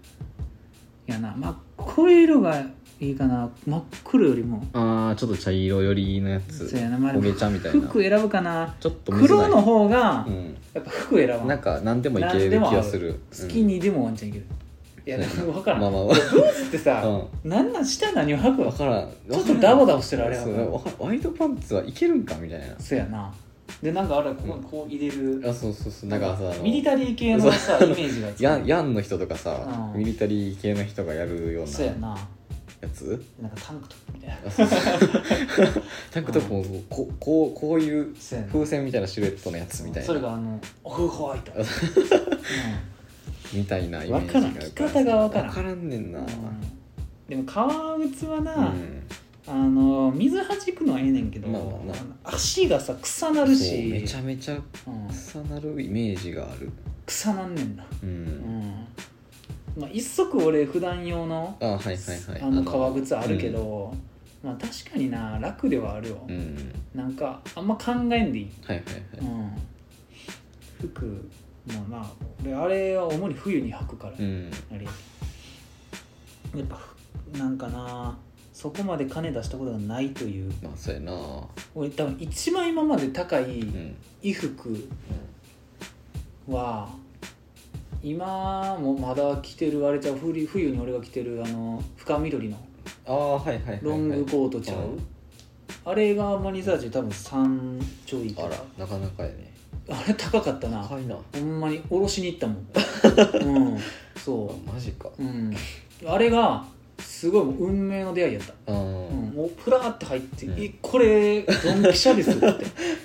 やな真っ黒い色がいいかな真っ黒よりも
ああちょっと茶色寄りのやつ
そうやなまあで
焦
も
げ茶みたいな
服選ぶかな
ちょっとむずな
黒
い
の方が
う
やっぱ服選ば
ん
ん
なんか何でもいける気がする
好きにでもワンちゃんいけるいやでも分からん
まあまあ
ブーツって
う
さ
ん
なんなん下何を履くわ
分からん
ちょっとダボ
だ
ダボしてるあれは
ワイドパンツはいけるんかみたいな
そうやなでなんかあれここにこう入れる
あそうそうそうなんかさあの
ミリタリー系のさイメージがつく
ヤンヤンの人とかさ
うん
ミリタリー系の人がやるような
そうや
や
な
つ
なんかタンクトップみたいな
あそうそうタンクトップもここうこういう
そうやな
風船みたいなシルエットのやつみたい
それ
な
があのオフホワイト、
あみたいなイメージがある
わからん着方がわからん
わからんねん
う
なん
でも革靴はな、
うん
あの水はじくのはええねんけど、
まあまあま
足がさ草なる
そう
し
めちゃめちゃ
うん
重なるイメージがある
草なんねんな、
う
うんんまあ、一足俺普段用の
あはいはいはい
あの革靴あるけど、まあ、確かにな楽ではあるよ、
うんうん
なんかあんま考えんでいい、
はいはいは
う
い
ん、服もまあ俺あれは主に冬に履くから、
うん
あれやっぱなんかなそこまで金出したことがないという
まあそうやな
俺多分一番今まで高い
うん
衣服は今もまだ着てるあれちゃう冬冬に俺が着てるあの深緑の
ああはいはいはいはい
ロングコートちゃう、
はい
あれがマニサージュ多分3ちょいと
あ
から
なかなかやね
あれ高かったな
高いな
ほんまにおろしに行ったも *laughs* ん、うん、
あ
そう
マジか
うん、あれがすごいもう運命の出会いやった、
あー
うん、もうプラーって入って「
うん
えこれドンピシャです」 *laughs* って、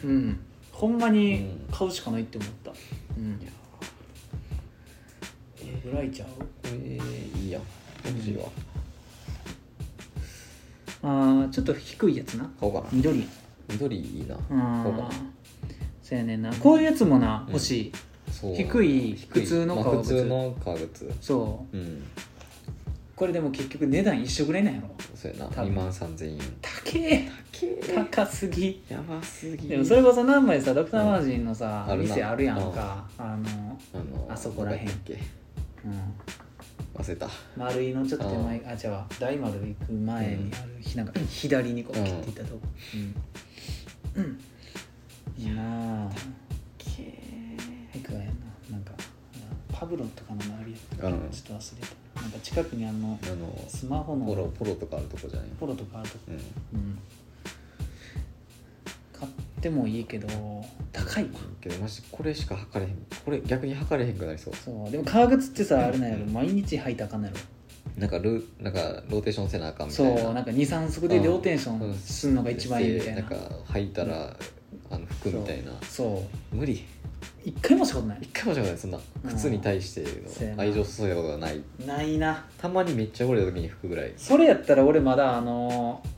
うん、ほんま
う
に
ん
買うしかないって思った、うん、えぐらいちゃう
これいいやん欲しいわ
あーちょっと低いやつな
買おうかな
緑やん
緑いいな
あ
そうか
ーそうやねんなこういうやつもな
うん
欲しい、
そう
低い
低
普通の
まあ
革
普
靴
通の革靴
そう
うん
これでも結局値段一緒ぐらいなんやろ
そうやな
多分
2万3000円
高え
高
高すぎ
やばすぎ
でもそれこそ何枚さドクターマージンのさ、
うんあるな
店あるやんか、あの、
あの
あそこらへん
どやったっけ
うん、
忘れた
丸井のちょっと手前あじゃあ大丸行く前にある、ひなんか左にこう切っていったとこうん、うん、いやーヘクはやななんかパブロとかの周りやったっけ
うん
ちょっと忘れたなんか近くにあの
あの
スマホの
ポロポロとかあるとこじゃない
ポロとかあるとこ、
うん
うん、買ってもいいけど高い
けどマジこれしか測れへんこれ逆に測れへんくなりそう
そうでも革靴ってさあれなんやろ
うん
毎日履いたらあかんのやろ
なんかルーなんかローテーションせなあかんみた
そ
いな
うなんか23足で両テンションするのが一番いいみたいな
でんか履いたら、あの服みたいな
そう
無理
一回もしたことない
一回もじゃないそんな
うん
靴に対して
そうや
の
な
愛情を注いだことがない
ないな
たまにめっちゃ汚れた時に服ぐらい
それやったら俺まだあのー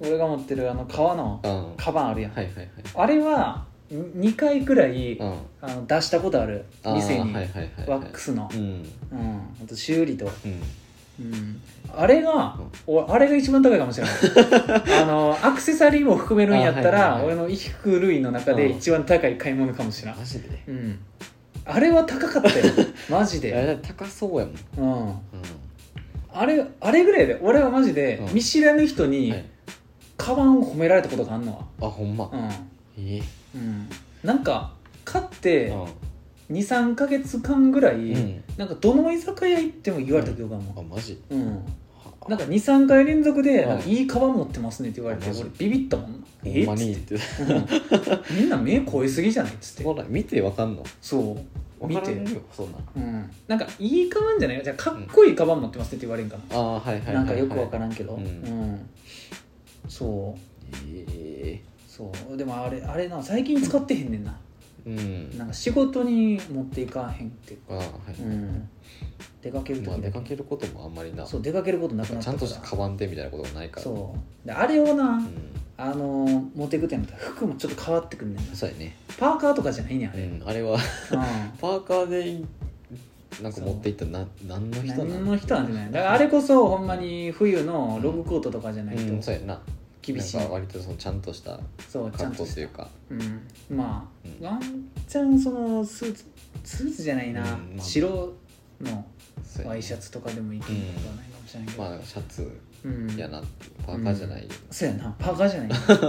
俺が持ってるあの革の
うんはい
カバンあるやん、
はいはい
あれは2回くらい
うん
あの出したことある
あー
店に
はいはいはいはい
ワックスの
うん
うん、あと修理と、
うん
うん、あれが
うん、
おあれが一番高いかもしれ
*laughs*
ないあのアクセサリーも含めるんやったら、
あはいはいはい
俺の衣服類の中で一番高い買い物かもしれない
マジで
うんあれは高か
*laughs*
ったよマジ
いや
で、
だって高そうやもん、
う
う
ん、
ん
あれあれぐらいで俺はマジで
うん
見知らぬ人に
はい、
カバンを褒められたことがあんのは
あほんま、
う
え
ん、うん、なんか買って
うん
23か月間ぐらい、
うん
なんかどの居酒屋行っても言われた記憶があん
あ
の
マジ
うん、なんか23回連続で「
うん
なんかいいカバン持ってますね」って言われて
マジ
俺ビビったもんな
ほ
え
ん
っ
ま
つ
に
っ、
ってて
うんみんな目超えすぎじゃないっつって
ほら見てわかんの
そう
わ
見
から
て
んよそんなん
うん、なんかいいカバンじゃないじゃあかっこいいカバン持ってますねって言われんかな、
ああはいはいはいはい
なんかよくわからんけど、
うん
うんそう
ええ
そうでもあれあれな最近使ってへんねんな
うん
なんか仕事に持っていかへんっていう
ああはい、
うん、出かける時
まあ
だ
出
け
かけることもあんまりな
そう出かけることなくなっ
ち
たか
ゃん
ら
としたカバンでみたいなことがないから
そうであれをな、
うん
あのー持っていくってなったら服もちょっと変わってくんねん
そうやね、
パーカーとかじゃないねんあ
う
れ、
ん、あれはパーカーでなんか持っていったらな何の
うん、
人な
何
の
の人なんてねだからあれこそほんまに冬のロングコートとかじゃないと
うん、そうやんな
厳しい、
なんか割とそのちゃんとした
そうちゃん
格
と
好
し
と
て
いうか
うんま
うん
あワンチャンそのスーツスーツじゃないな、
うんまあ
白の
そうやね
ワイシャツとかでもいけることはないかもしれないけど、
まあシャツ
うん
やなパーカーじゃないよ、
そうやなパーカーじゃない
*laughs*
そう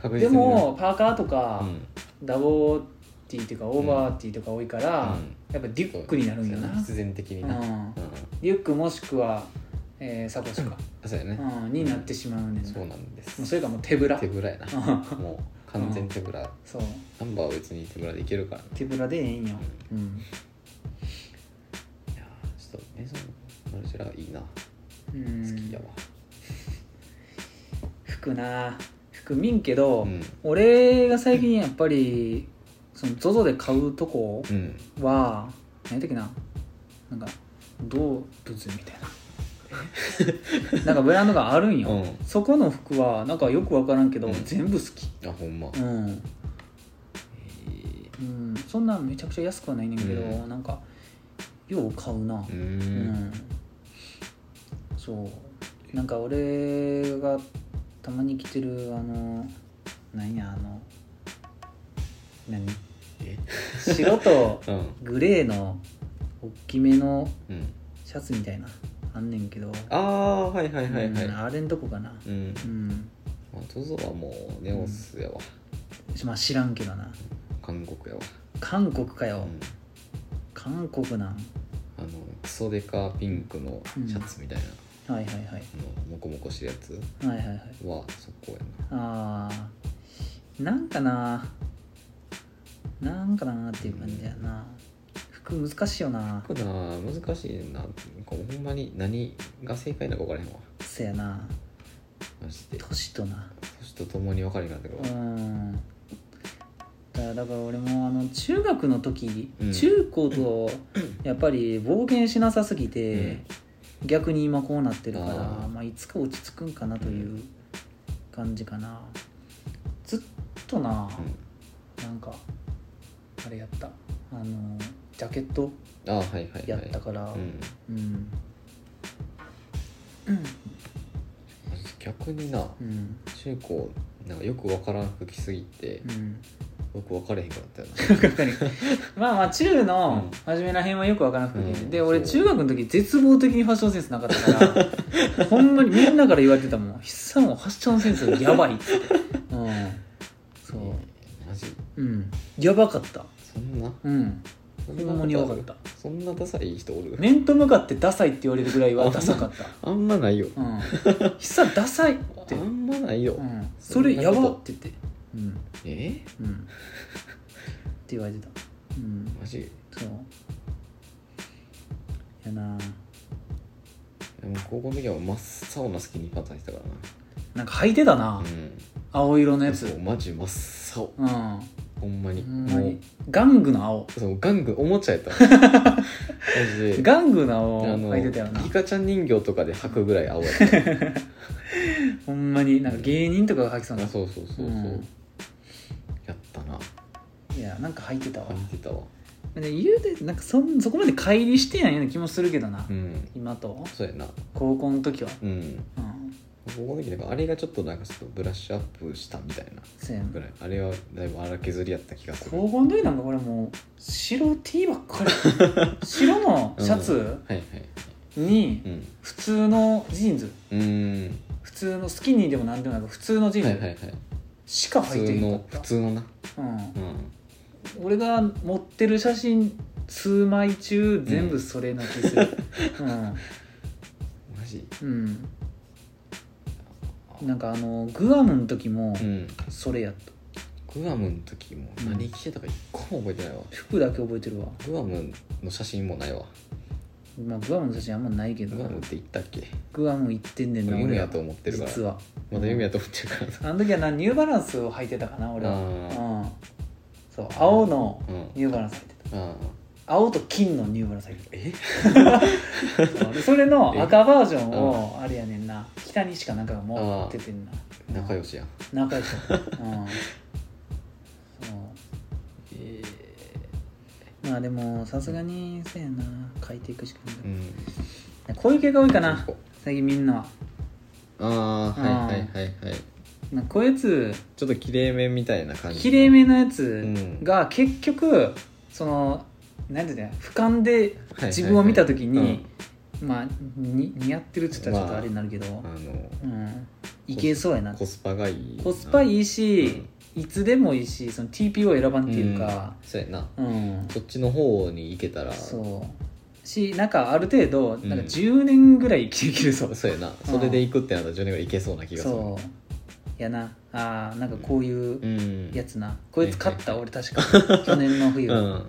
確
で
実にな
もパーカーと
う
か、
ん
ダボティーとかオーバーティーとか多いから、やっぱデュックになるんだな、
そうや必然的にな、うん
うんリュックもしくは、えーサコッシュか、
そうやね、
うん、になってしまうねんな
そう
も
なんです
うそれがもう手ぶら
手ぶらやな
うん
もう完全手ぶら、
*laughs* そう
ナンバーは別に手ぶらでいけるからね、
手ぶらでええんよ、うん
いやーちょっとメゾンマルジェラいいな
うん、
好きやわ
服な服見んけど、
うん
俺が最近やっぱりその ZOZO で買うとこ
うん
は何やったっけななんか動物みた
*laughs*
いななんかブランドがあるんよ、
うん
そこの服はなんかよく分からんけど、
うん
全部好き
あほんま、
う
え
ん、
ー
うん、そんなんめちゃくちゃ安くはないねんけど、
うん
なんかよう買うな
う
う
ー
ん
ん
そうなんか俺がたまに着てるあの何やあの何
え
白と
うん
グレーの大きめの
うん
シャツみたいなあんねんけど
ああはいはいはいはい
うんあれんとこかな
うん
うん、
まあ ZOZO はもうネオスやわ、
まあ知らんけどな
韓国やわ、
韓国かよ、
うん
韓国なん
あのクソデカピンクのシャツみたいな、
はいはいはい
あのモコモコしてるやつ
はいはいはい
はそこやな
あーなんかななんかなっていう感じやな服難しいよな
服な難しいななんかほんまに何が正解なのか分からへんわ
せやな
マジで
年とな
年とともに分かるようになって
う
くる
んだだから俺もあの中学の時、
うん
中高とやっぱり冒険しなさすぎて、逆に今こうなってるから
あー
まあ、いつか落ち着くんかなという感じかなずっとな、なんかあれやったあのジャケット
うん、あはいはいはい
やったから、
うん
うん
マジ逆にな
うん
中高なんかよく分からん服着すぎて
う、ん
よく分からへんかったよな *laughs*
まあまあ中
う
の
ん
初めらへんはよくわからなくて、
うん
で俺
そう
中学の時絶望的にファッションセンスなかったから
*laughs*
ほんまにみんなから言われてたもん「筆算はファッションセンスがや
*laughs*
ばい」ってうんそう
マジ
うんやばかった
そんな
うん
そん
子
なこと
供
ある
に分かった
そんなダサい人おる、
面と向かってダサいって言われるぐらいはダサか
*laughs*
った
あんまないよ
うん筆算ダサいっ
あ
て、うん
まないよ、
ん、それやばって言ってうん
え
うんって言われてたうん
マジ
そうやな
でも高校の時は真っ青なスキニーパンツ履いてたから
なんか履いてたな、
なうん
青色のやつ
そう
う
マジ真っ青
んほ
ほんまに
んま
もう
に玩具の青
そうガングおもちゃ
*laughs*
やったわマジで
玩具の青
あの
履いてたよな
リカちゃん人形とかで履くぐらい青やった
ほんまになんか芸人とかが履きそうな
あそうそうそうそう、
うん
やったない
やなんか履いてたわ
履いてたわ
で言うてなんかそんそこまで乖離してないような気もするけどな、
うん
今と
そうやな
高校の時は
うん
うん
高校の時なんかあれがちょっとなんかちょっとブラッシュアップしたみたいな
そうやん
ぐらいあれはだいぶ荒削りやった気がする
高校の時なんかこれもう白 T ばっか
*laughs*
り白のシャツ
はいはい
に
うん
普通のジーンズ
うーん
普通のスキニーでもなんでもなく普通のジ
はいは
ー
いは
ン
い
ズしか
普
履いて
通
な
の
か
普
った、
通のな
うん
う、ん
俺が持ってる写真数枚中全部それな気す
*laughs*
る
マジ
うん、うん、なんかあのグアムの時も
うん
それやった
グアムの時も何着てたか一個も覚えてないわ
服だけ覚えてるわ、
グアムの写真もないわ
まあ、グアムの写真あんまないけど
グアムって行ったっけ
グアム行ってんねんな
夢
俺ら
やと思ってるから
実は
まだ夢やと思ってるから
あの時はなニューバランスを履いてたかな俺は
あー
うんそう青の
うん
ニューバランス入ってた
あ
青と金のニューバランス入って
え
た *laughs* そうでそれの赤バージョン
え
をあれやねんな北西かなんかが持っててんな
仲良
し
しやん
仲良しだったうんそう
え
まあでもさすがにせやな書いていくしか
う
ない、
ん
こういう系が多いかな最近みんなは
ああはいはいはいはい
なんかこういうやつ
ちょっときれいめみたいな感じ
きれいめ
な
なやつが結局そのなんていうんだよ俯瞰で自分を見た時にまあに似合ってるって言ったらちょっとあれになるけど、
あの
うん、いけそうやな
コスパがいい
コスパい
い
いし、いつでもいいしその TPO 選ばんっていうか、
そうやな
うん
そっちの方に行けたら
そうしなんかある程度
ん
なんか10年ぐらい生きていけるぞ、
そうやなそれで行くってなったら10年ぐらい行けそうな気がする
そうやなあーなんかこういう
うん
やつな、こいつ勝った俺確か去年の冬、
*laughs* うん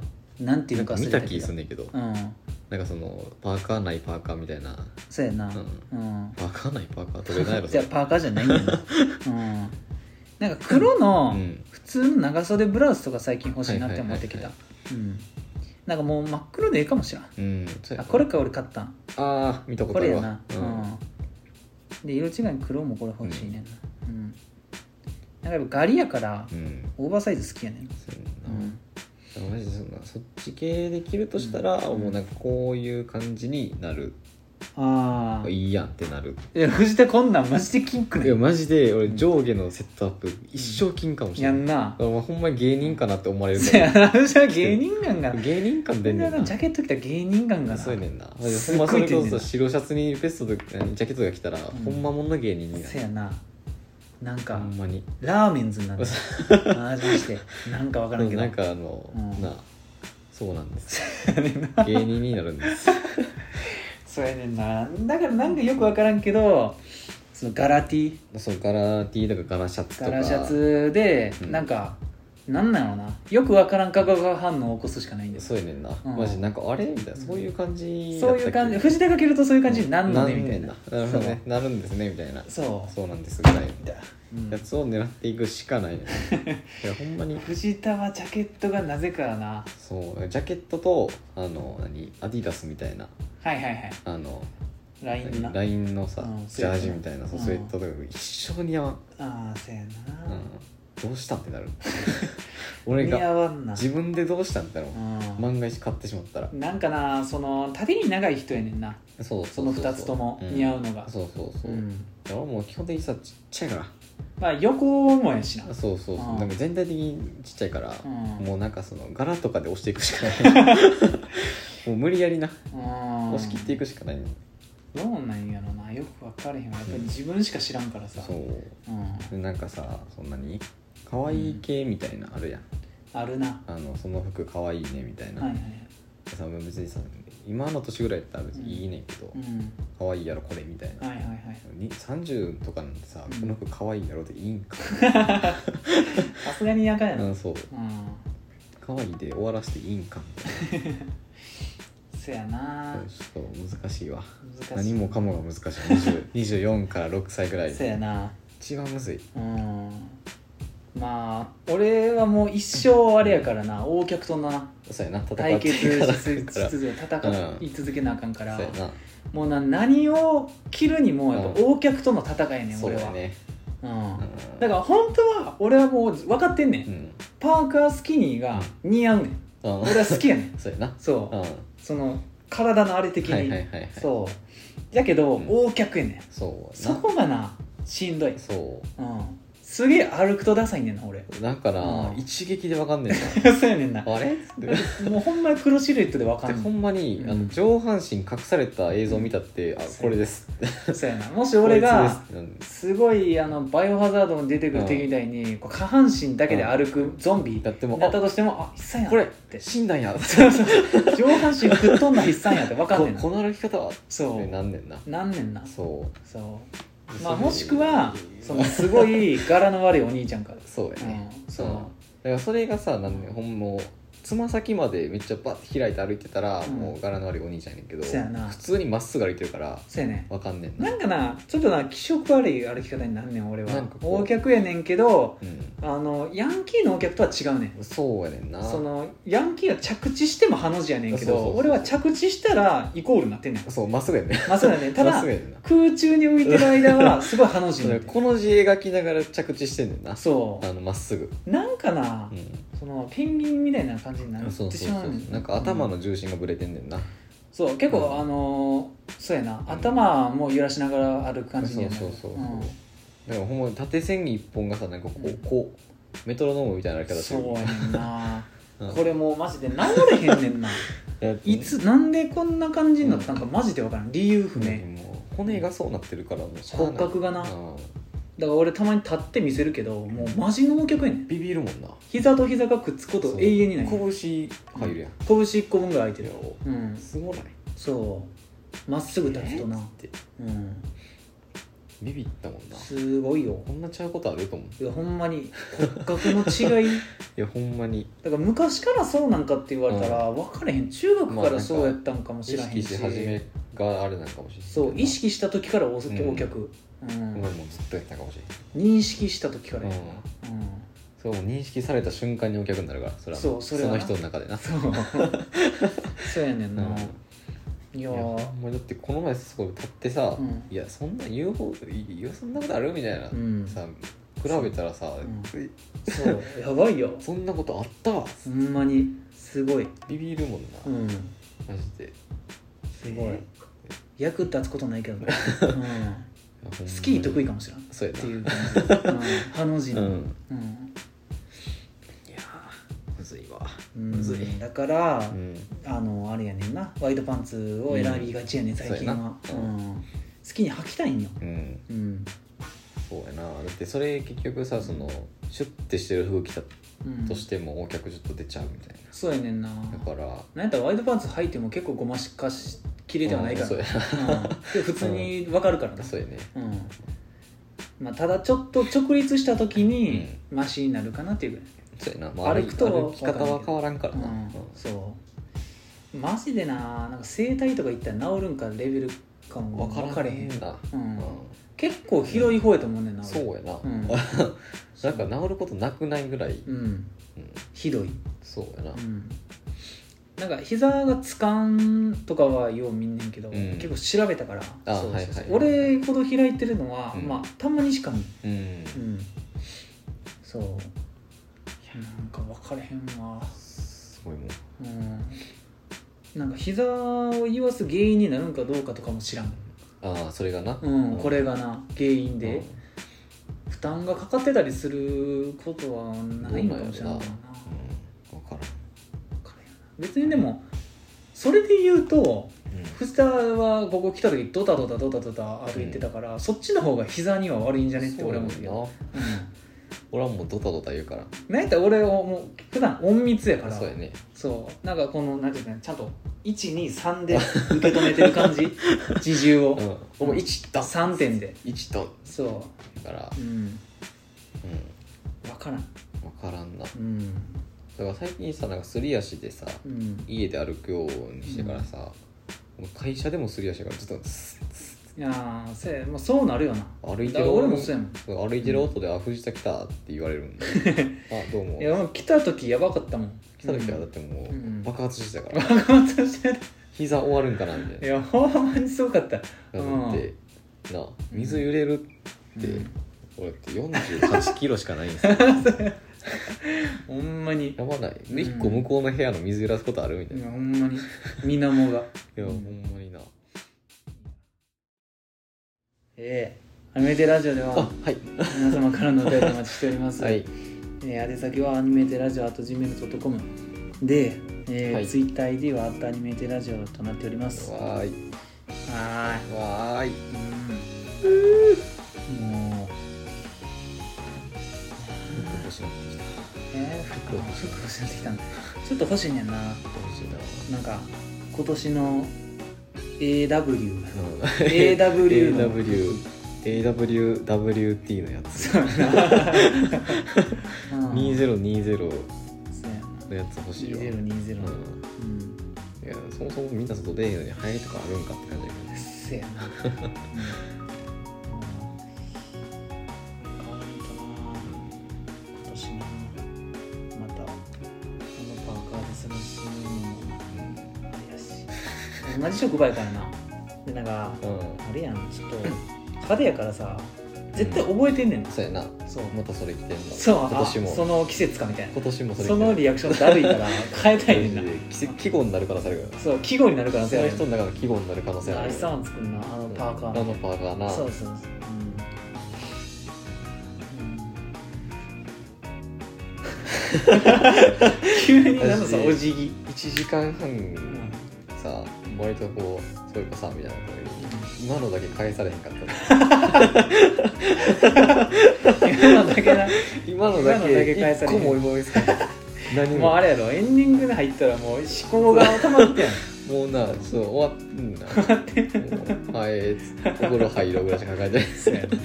なんていう
な
んか忘
か見
れた
た
け
気
ど
すんねんけど
うん
なんかそのパーカーないパーカーみたいな
そうやな
う
うんん、
パーカーないパーカー取れないやろそ
じゃ
れ
あパーカーじゃないんだよ
*laughs*
なうんなんか黒の
うん
普通の長袖ブラウスとか最近欲しいなって思ってきた
は
うんなんかもう真っ黒でええかもしらん
うんそうや
あ
な
これか俺買ったん
ああ見たこ
こと
あ
れ
る
や
わ
なうんで色違いに黒もこれ欲しいねんなうんなんかやっぱガリやから
うんうん
オーバーサイズ好きやねん
そう
う
やなんでもマジでそんなそっち系できるとしたら、
うん
もうなんかこういう感じになる、
ああい
いいやんってなる
や藤田こんなんマジでキンク
い
ね
やマジで俺上下のセットアップ一生金かもしれ
や
ない、
んな
だからほんまに芸人かなって思われる
*laughs* そ
か
やな藤田芸人感が
ら芸人感出んねんな
ジャケット着たら芸人感がな
そうやねんなほ
す
ん
っご
ま
い
それ
出ん
こ
ねんな
そ白シャツにベストとジャケットが来たら、
ん
ほんまもんの芸人にな
せ
る
やななん
ほ
か、
んまに
ラーメンズにな
*laughs*
るマジしてなんかわからんけど
なんかあの、
うん
なそうなんです
そうやねんな
芸人になるんです
そうやねんなだからなんかよくわからんけどそのガラティ
そうガラ T とかガラシャツと
ガ
か
ラシャツで、
うん
なんかなんなのなよくわからん化学反応を起こすしかないんです
そうやねんな、
うん
マジなんかあれみたいなそういう感じ
そういう感じ
じ
藤田が着るとそういう感じにな
なんん
の
の
ね
ね
み
み
た
た
い
い
な
ななるほどねなるんですねみたいな
そう
そうなんですぐら
み
い
たいなうん
やつを狙っていくしかないね
*laughs*
いやほんまに
藤田はジャケットがなぜかな
そうジャケットとあの何アディダスみたいな
はいはいはい
あの
ラインな
ラインのさ
うん
ジャージみたいな
スウェット
そ
うん
うスウェットとか一生似合わん、
ああそうや
う
な、
ん、どうしたんっ
*laughs*
てなる俺
似合
が
わんな
自分でどうしたんってなる
うん
万が一買ってしまったら
なんかなその縦に長い人やねんな
そう
そうの
うう
2つとも似合うのが
ん、そうそうそう、
うん
だからもう基本的にさちっちゃいか
まあ横もやしな
らそうそうそう、
うん
なんか全体的にちっちゃいから、
うん
もうなんかその柄とかで押していくしか
*laughs*
ないもう無理やりな
うん
押し切っていくしかない、
どうなんやろなよく分かれへんわやっぱり自分しか知らんからさ、
そう
うん、
でなんかさそんなに可愛い系みたいなあるやん、
あるな
あのその服可愛いねみたいな、
はいはい
さ別にさ今の年ぐらいだったら別にいいねんけど、
うん
可愛いやろこれみたいな、
はいはいはい
に30とかなんてさ、
うん
この服可愛いやろっていいんか、
さすがにやかやな
う
うん
ん、そう可愛いで終わらせていいんかみたい
せやな
なちょっと難しいわ
難し
何
い
もかもが難しい20 24から6歳ぐらい
せやな
一番むずい
うんまあ俺はもう一生あれやからな王客とな
そうやな戦
対
って
決
い
し
かな
つつ
そう
つ戦い続けなあかんから、
やな
もうな何を着るにもやっぱ
うん
王客との戦いやねん
そう
俺
や
は
ね
うん
うん
だから本当は俺はもう分かってんねん、
うん
パーカースキニーが似合うねん
うん
俺は好きやねん
そうやな
そう、
うん
その体のあれ的に、
はいはいはいはい
そうだけど、
うん
王客やねん
そう
そ
やな
こがなしんどい、うん、
そ
すげえ歩くとダサいねんな俺 *laughs*
うだから、
うん
一撃でわかんね
そうやねんな
えなあれって
もうほんまに黒シルエットで分か
で
ん
ほ
なん
まに、
うん
あの上半身隠された映像を見たって、あこれです
いそうやなもし俺が
こいつです
すごいあのバイオハザードに出てくる敵みたいに、こう下半身だけで歩くゾンビ
だってもう
だったとしてもあ一切や
あ
ん
これ
って *laughs*
死んだんや
そうそうそう上半身吹っ飛んだ筆算やって分かんねん
ここ
な
の歩き方はって
そう
なんねんな
なんねんな
そ
そう
う
まあ
それ
もしくはそのすごい柄の悪いお兄ちゃんから
そうや
う
ね、
んそう
だからそれがさなんでほんもうつま先までめっちゃバッて開いて歩いてたら、
うん
もう柄の悪いお兄ちゃんやねんけど
そやな
普通にまっすぐ歩いてるから
そうやね
わかんねんな
なんかなちょっとな気色悪い歩き方になんねん俺
な
は
んかこう
大客やねんけど
う
あのヤンキーのお客とは違うねん
んそうやねんな
そのヤンキーは着地してもハの字やねんけど
そうそうそう
俺は着地したらイコールになってんねん
そうまっすぐやねん
まあそうだねた
まっ
だ
すぐやねんな
空中に浮いてる間はすごいハの字になってる
この字描きながら着地してんねんな
そ
あのまっすぐ、
うなんかな、
う
そのペンギンみたいな感じになっ
ん、そう
て
そう
し
そ
ま
う
うね
なんか頭
う
の重心がぶれてんねんな、
そう結構、
うん
あのーそうやな頭も揺らしながら歩く感じ
そ
に
う
はなる
そうそう、
ん
だからほんまに縦線一本がさなんかこう,、
うん
こうメトロノームみたいな歩き方して
そう
る
やねんな
うん
これもうマジで治れへんね
*laughs*
んな
や
いつなんでこんな感じになったんかマジで分からん理由不明、
もう骨がそうなってるからもうしゃあない
骨格がな
うん
だから俺たまに立って見せるけどもうマジのお客やねん
ビビるもんな
膝と膝がくっつくこと
そう
永遠にない拳
拳入るやん、
1個分ぐらい空いて
い
る
や
うん
すごない
そうまっすぐ立つとな
えーって
うん
ビビったもんな
すごいよ
こんなちゃうことあると思う
いやほんまに骨格の違い
*laughs* いやほんまに
だから昔からそうなんかって言われたら分かれへん中学からそうやったんかも
意
しれへん
識し始めがあれなんかもしれない
そう意識した時からお
うん
客、うん
俺もずっとやったかもし
認識した時か
れ
ら
ない、
や
うん、
うん
そうもう認識された瞬間にお客になるからそれは
そうそれは
の
な
人の中でな
そう *laughs* そうやねんな、
うん
いや
いやほ
ー
んまにだってこの前すごい立ってさ、
うん
いやそんな UFO いやそんなことあるみたいな、
うん
さ比べたらさ、
う
え
そうやばいよ
そんなことあったわ
ほんまにすごい
ビビるもんな、
うん
マジです
ごい
え
役立つことないけど、
*laughs*
うん、
ーいやほんまに
スキー得意かもしれんっ
そうやな
ていう感じ、うん、ハの字
う
の、うん
んいやーむずいわ
うん
むずい
だから、
うん
あのあれやねんなワイドパンツを選びがちやねん、最近は、、
そううやなん
好きに履きたいんよ、
うん
うん
そうやなだってそれ結局さそのシュッてしてる服着た
うん、
としてもお客ちょっと出ちゃうみたい
そうやねんな
なだから
なんやったらワイドパンツ履いても結構ごましかしきれてはないから、
そう
うん
や
で普通にわかるからな、
*laughs* そうやね
うんまあ、ただちょっと直立した時にマシになるかなっていうぐらい、
そうやな、まあ、歩
歩くとは
歩き方は変わらんからな、
うん
うん
そうマジでななんか整体とか行ったら治るんかレベルかも
分から
分かれへん、
な、
うん結構広い方やと思うねんな、
うん
俺
そう *laughs* やな、
うん
なんか治ることなくないぐらい、
うん
うん
ひどい、
そうやな、
うん、なんか膝がつかんとかはよう見んねんけど、
うん
結構調べたから
あ
そうそうそう
はいはいはい
俺ほど開いてるのは、
うん
まあたまにしか見ん
うん
うんそういやなんか分かれへんわ
すごいもう
うんなんか膝を言わす原因になるんかどうかとかも知らん
ああそれがな、
うん、
うん
これがな原因
うん
で、負担がかかってたりすることはないんかもしれないな
うん、分からん、
別にでもそれで言うと
うん
藤田はここ来た時ドタドタドタドタ歩いてたから、そっちの方が膝には悪いんじゃねって俺は思う
そう
け
や
ど
な俺はもうドタドタ言うから
うんなんやったら俺はもう普段隠密やから
そうやね
そうなんかこのなんていうかなちゃんと123で受け止めてる感
*laughs*
じ自重
うん
を、
俺も1ドン
3点で
1ドン
そ
だから
ううん
うん
分からん
分からんなだ
うん
から最近さなんかすり足でさ
うん
家で歩くようにしてからさ、もう会社でもすり足やからちょっとスッス
いやーせやもうそうなるよな
ッ歩い
だか
てる
ら
音
俺もそうやもん
そう歩いてる音で「あ藤田来た」って言われ
*laughs*
るんであどうも
いやもう来た時やばかったもん
来た時はだっても
う
うん爆発してたか
爆
ら、
発してた
膝終わるんかなみたい
い
な
やほんまにすごかったっ
だってな水揺れるって、俺って48キロしかないんですよ
ほんまに
やばない
うん
で一個向こうの部屋の水揺らすことあるみたい
い
な、
やほんまに水面が
いや
う
ほ
ん
んまにな
ええアニメテラジオでは
あはい
皆様からのお便りお待ちしております、
はい
えー、宛先はアニメテラジオ at gmail.com で、えー
はい
ツイッター ID はアットアニメテラジオとなっておりますは
わーい
ー
わーい
いうんもう
欲しいなってきた
えー、服服欲しなってきたんだちょっと欲しいねんな
欲しいな
なんか今年の AW
うん
AW の
AW AWWT のやつ
そうやなうん
2020
そうやな
のやつ欲しいわ、うん、
2020のうん
いやそもそもみんな外出えへんのに流行りとかあるんかって感じだ
うっせえな変わりたな今年なまたこのパーカーで過ごすのもあれやし同じ職場やからなでなんか
けどうん
あれやんちょっと派手やからさ絶対覚えてんねんな、
そうやな
そう
またそれ着てんの
そう
今
あ
年も
その季節かみたいな
今年もそれ着て
そのリアクションだるいから変えたいねん
*laughs*
な
季節季語になる可能性あるから
そう季語になるから
そ
さ
の人の中の季語になる可能性あ
アイ
る
スサワン作るなあのパーカー
あのパーカーな
そうそうそう、急になんださ
マジで
お辞儀、
1時間
う
半
ん
さ割とこうそういう子さみたいな時に今のだけ返されへん
*laughs*
かった
今のだけな
今のだ
今のだ
け
け返さ
一
れへん
個も思い
*laughs*
つかない何
もう
も
あれやろエンディングで入ったらもう思考が溜まってやん
もうなそう終わってんな終わってはいつってお風呂入ろうぐらいしか考えてない
そうやな、うん、も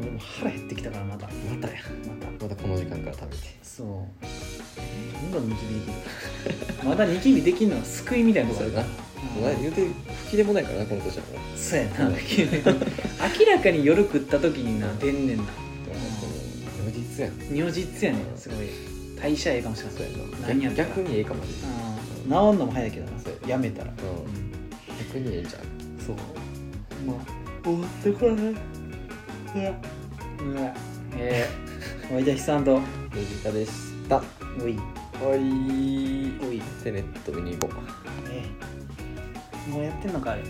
うでも腹減ってきたからまたまたやまた
またこの時間から食べて
そうどんどんニキビできるまだニキビできるのは救いみたいなこと
そ
あ
う
る
や
か
な
ら
お前言うて吹きでもないからなこの年はもう
そうやな
うん
明らかに夜食った時にな出んねんな
如実やん
如実やねんすごい代謝ええかもしれ
そう
ない
や
何や
な
った
逆にええかもしれない
うん治んのも早いけどな
そうや
やめたら
うん逆にええじゃん
そうまあ終わってこれねうわうわええおいでひさんと
デジカでしたは
おい
い
おい
テネット2号
ええもうやってんのかあれ